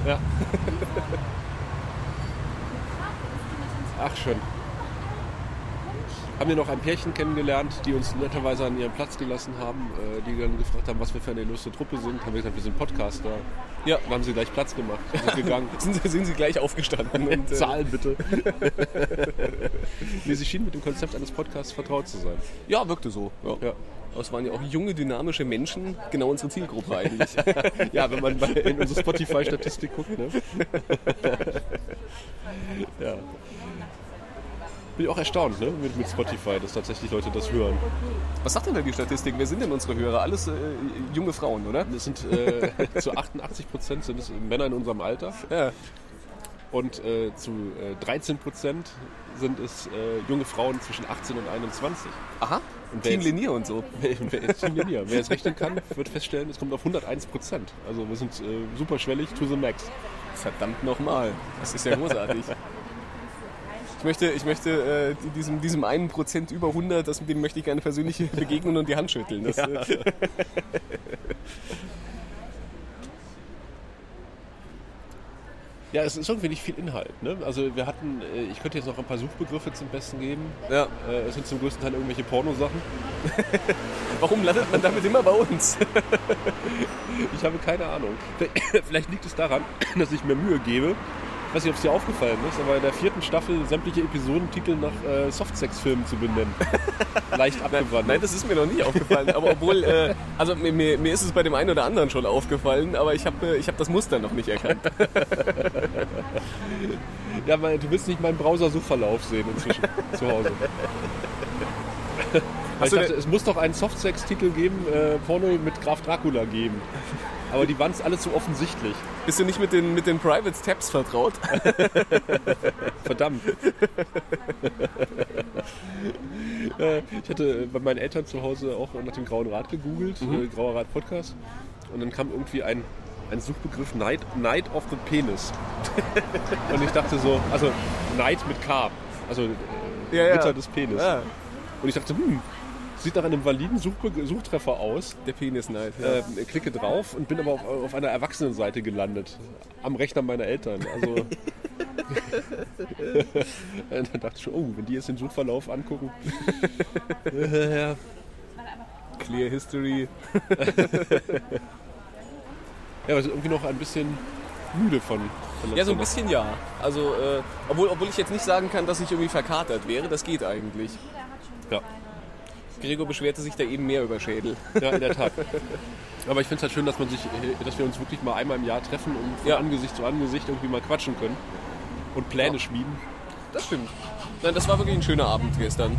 C: Ach schön. Haben wir noch ein Pärchen kennengelernt, die uns netterweise an ihren Platz gelassen haben, äh, die dann gefragt haben, was wir für eine illustre Truppe sind. Haben wir gesagt, wir sind Podcaster.
F: Ja.
C: Dann haben sie gleich Platz gemacht. Sind gegangen.
F: Sind, Sie- sind Sie gleich aufgestanden? Und, äh,
C: Zahlen bitte. nee, sie schienen mit dem Konzept eines Podcasts vertraut zu sein.
F: ja, wirkte so. Ja.
C: Ja.
D: Aber es waren ja auch junge, dynamische Menschen, genau unsere Zielgruppe eigentlich.
F: Ja, wenn man bei, in unsere Spotify-Statistik guckt, ne? ja. Bin auch erstaunt, ne? Mit, mit Spotify, dass tatsächlich Leute das hören.
D: Was sagt denn da die Statistik? Wer sind denn unsere Hörer? Alles äh, junge Frauen, oder?
F: Das sind äh, zu 88 Prozent sind es äh, Männer in unserem Alter.
D: Ja.
F: Und äh, zu äh, 13 Prozent sind es äh, junge Frauen zwischen 18 und 21.
D: Aha.
F: Und wer
D: Team
F: jetzt-
D: Linier und so.
F: Wer, wer, jetzt schon weniger. wer jetzt rechnen kann, wird feststellen, es kommt auf 101 Prozent. Also wir sind äh, superschwellig to the max.
D: Verdammt nochmal. Das ist ja großartig. Ich möchte, ich möchte äh, diesem, diesem einen Prozent über 100, das, dem möchte ich gerne persönlich begegnen und die Hand schütteln. Das, äh,
F: Ja, es ist irgendwie nicht viel Inhalt. Ne? Also wir hatten, äh, ich könnte jetzt noch ein paar Suchbegriffe zum Besten geben.
D: ja.
F: Äh, es sind zum größten Teil irgendwelche Pornosachen.
D: Warum landet man damit immer bei uns?
F: Ich habe keine Ahnung. Vielleicht liegt es daran, dass ich mir Mühe gebe. Ich weiß nicht, ob es dir aufgefallen ist, aber in der vierten Staffel sämtliche Episodentitel nach äh, Softsex-Filmen zu benennen. Leicht abgewandelt.
D: Nein, das ist mir noch nicht aufgefallen. Aber obwohl, äh, also mir, mir, mir ist es bei dem einen oder anderen schon aufgefallen, aber ich habe äh, ich hab das Muster noch nicht erkannt.
F: Ja, weil du willst nicht meinen Browser-Suchverlauf sehen inzwischen zu Hause. Weil ich
D: du
F: dachte,
D: denn-
F: es muss doch einen Softsex-Titel geben, äh, Porno mit Graf Dracula geben. Aber die waren es alle zu offensichtlich.
D: Bist du nicht mit den, mit den Private Tabs vertraut?
F: Verdammt. Äh, ich hatte bei meinen Eltern zu Hause auch nach dem Grauen Rat gegoogelt,
D: Mhm.
F: äh, Grauer Rat Podcast. Und dann kam irgendwie ein, ein Suchbegriff Night, Night of the Penis. Und ich dachte so, also Night mit K. Also äh,
D: Ja, ja.
F: Ritter des Penis. Und ich dachte, hm, sieht nach einem validen Suchbe Suchtreffer aus.
D: Der Penis neid. Ja.
F: Ähm, klicke drauf und bin aber auf, auf einer Erwachsenenseite gelandet. Am Rechner meiner Eltern. Also. Und dann dachte ich schon, oh, wenn die jetzt den Suchverlauf angucken.
D: Clear History.
F: Ja, aber sind irgendwie noch ein bisschen müde von. von
D: Ja, so ein bisschen ja. Also, äh, obwohl, obwohl ich jetzt nicht sagen kann, dass ich irgendwie verkatert wäre, das geht eigentlich.
F: Ja.
D: Gregor beschwerte sich da eben mehr über Schädel.
F: Ja, in der Tat. Aber ich finde es halt schön, dass, man sich, dass wir uns wirklich mal einmal im Jahr treffen und von
D: Ja.
F: Angesicht zu Angesicht irgendwie mal quatschen können. Und Pläne schmieden.
D: Das stimmt. Nein, das war wirklich ein schöner Abend gestern.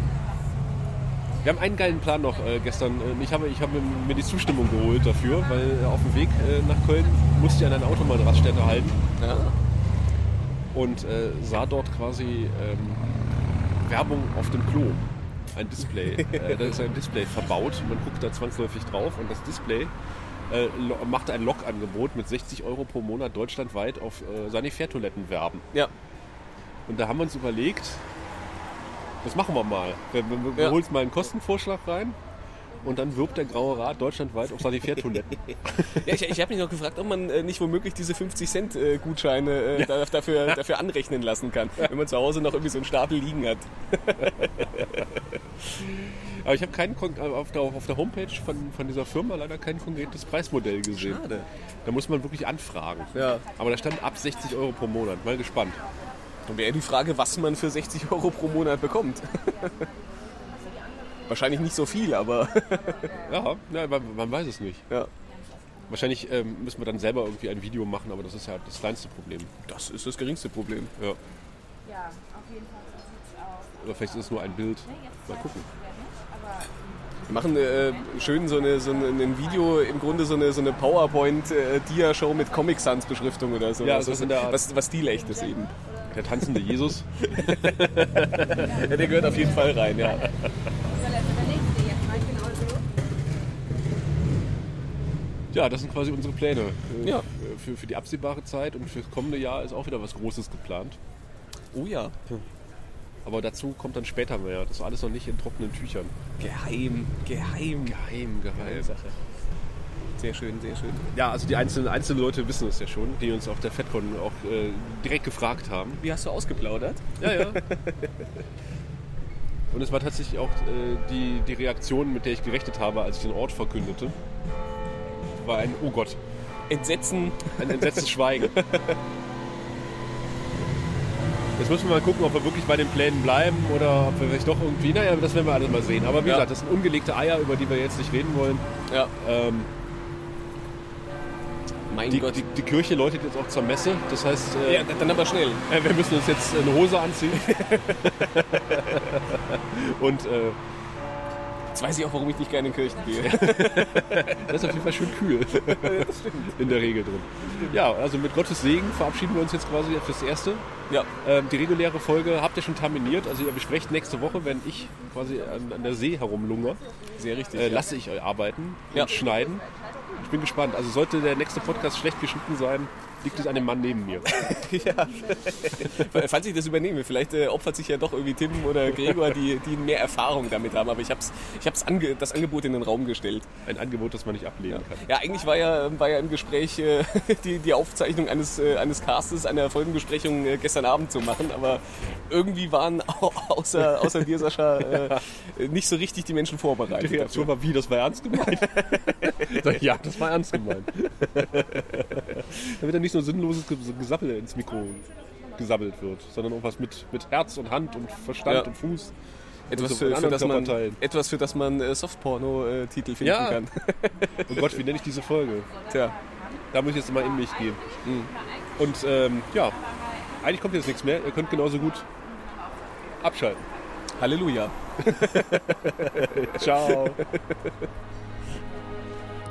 F: Wir haben einen geilen Plan noch äh, gestern. Äh, Ich habe, ich habe mir die Zustimmung geholt dafür, weil äh, auf dem Weg äh, nach Köln musste ich an einer Autobahnraststätte halten
D: Ja.
F: und äh, sah dort quasi ähm, Werbung auf dem Klo. Ein Display. äh, da ist ein Display verbaut. Man guckt da zwangsläufig drauf und das Display äh, lo- macht ein Lokangebot mit 60 Euro pro Monat deutschlandweit auf äh, Sanifair-Toiletten werben.
D: Ja.
F: Und da haben wir uns überlegt, das machen wir mal. Wir, wir, wir
D: Ja.
F: holen mal einen Kostenvorschlag rein und dann wirbt der Graue Rat deutschlandweit auf Sanitärtoiletten.
D: Ja, ich, ich habe mich noch gefragt, ob man äh, nicht womöglich diese 50-Cent-Gutscheine äh, da- dafür, dafür anrechnen lassen kann, wenn man zu Hause noch irgendwie so einen Stapel liegen hat.
F: Aber ich habe keinen Kon- äh, auf der, auf der Homepage von, von dieser Firma leider kein konkretes Preismodell gesehen. Schade. Da muss man wirklich anfragen.
D: Ja.
F: Aber da stand ab 60 Euro pro Monat. Mal gespannt.
D: Dann wäre die Frage, was man für 60 Euro pro Monat bekommt. Wahrscheinlich nicht so viel, aber
F: Ja, ja man, man weiß es nicht.
D: ja.
F: Wahrscheinlich ähm, müssen wir dann selber irgendwie ein Video machen, aber das ist ja das kleinste Problem.
D: das ist das geringste Problem.
F: Ja. Oder vielleicht ist es nur ein Bild. Mal gucken.
D: Wir machen äh, schön so, eine, so eine, ein Video, im Grunde so eine, so eine PowerPoint-Dia-Show mit Comic Sans-Beschriftung oder so.
F: Ja,
D: was,
F: sowas in der Art.
D: was, was stilecht ist eben.
F: Der tanzende Jesus.
D: Ja, der gehört auf jeden Fall rein, ja.
F: Ja, das sind quasi unsere Pläne. äh,
D: Ja.
F: Für, für die absehbare Zeit und fürs kommende Jahr ist auch wieder was Großes geplant.
D: Oh ja.
F: Aber dazu kommt dann später mehr. Das ist alles noch nicht in trockenen Tüchern.
D: Geheim, geheim.
F: Geheim, geheim.
D: Sache. Sehr schön, sehr schön.
F: Ja, also die einzelnen, einzelnen Leute wissen es ja schon, die uns auf der FedCon auch äh, direkt gefragt haben.
D: Wie hast du ausgeplaudert?
F: Ja, ja. Und es war tatsächlich auch äh, die, die Reaktion, mit der ich gerechnet habe, als ich den Ort verkündete. War ein Oh Gott,
D: Entsetzen.
F: ein entsetztes Schweigen. Jetzt müssen wir mal gucken, ob wir wirklich bei den Plänen bleiben oder ob wir vielleicht doch irgendwie. Naja, das werden wir alles mal sehen. Aber wie
B: Ja.
F: gesagt, das sind ungelegte Eier, über die wir jetzt nicht reden wollen.
B: Ja.
F: Ähm,
B: Äh, Mein
F: die,
B: Gott.
F: die, die Kirche läutet jetzt auch zur Messe. Das heißt, äh,
B: ja, dann aber schnell.
F: äh, wir müssen uns jetzt eine Hose anziehen. Und äh,
B: Jetzt weiß ich auch, warum ich nicht gerne in Kirchen gehe.
F: Das ist auf jeden Fall schön kühl. In der Regel drin. Ja, also mit Gottes Segen verabschieden wir uns jetzt quasi fürs Erste.
B: Ja.
F: Ähm, die reguläre Folge habt ihr schon terminiert. Also ihr besprecht nächste Woche, wenn ich quasi an, an der See herumlungere,
B: Sehr richtig.
F: äh, lasse ich euch arbeiten
B: Ja.
F: und schneiden. Ich bin gespannt. Also sollte der nächste Podcast schlecht geschnitten sein, liegt es an dem Mann neben mir.
B: F- Äh, Falls ich das übernehme, vielleicht äh, opfert sich ja doch irgendwie Tim oder Gregor, die, die mehr Erfahrung damit haben. Aber ich habe ich hab's ange das Angebot in den Raum gestellt.
F: Ein Angebot, das man nicht ablehnen kann.
B: Ja, eigentlich war ja, war ja im Gespräch äh, die, die Aufzeichnung eines, äh, eines Castes, einer Folgenbesprechung äh, gestern Abend zu machen. Aber irgendwie waren au außer, außer dir, Sascha, äh, nicht so richtig die Menschen
F: Die
B: vorbereitet.
F: Reaktion war wie, das war ernst gemeint. Sag ich, ja, das war ernst gemeint. Damit dann nicht so sinnloses Ge- Gesappel ins Mikro gesabbelt wird, sondern auch was mit, mit Herz und Hand und Verstand
B: Ja.
F: und Fuß.
B: Etwas,
F: Und so
B: für, für
F: anderen
B: das man,
F: Körperteilen.
B: etwas, für das man äh, Softporno-Titel finden
F: Ja.
B: kann.
F: Oh Gott, wie nenne ich diese Folge?
B: Tja. Hm.
F: Da muss ich jetzt mal in mich gehen. Und ähm, ja, eigentlich kommt jetzt nichts mehr. Ihr könnt genauso gut abschalten.
B: Halleluja.
F: Ciao.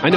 J: Eine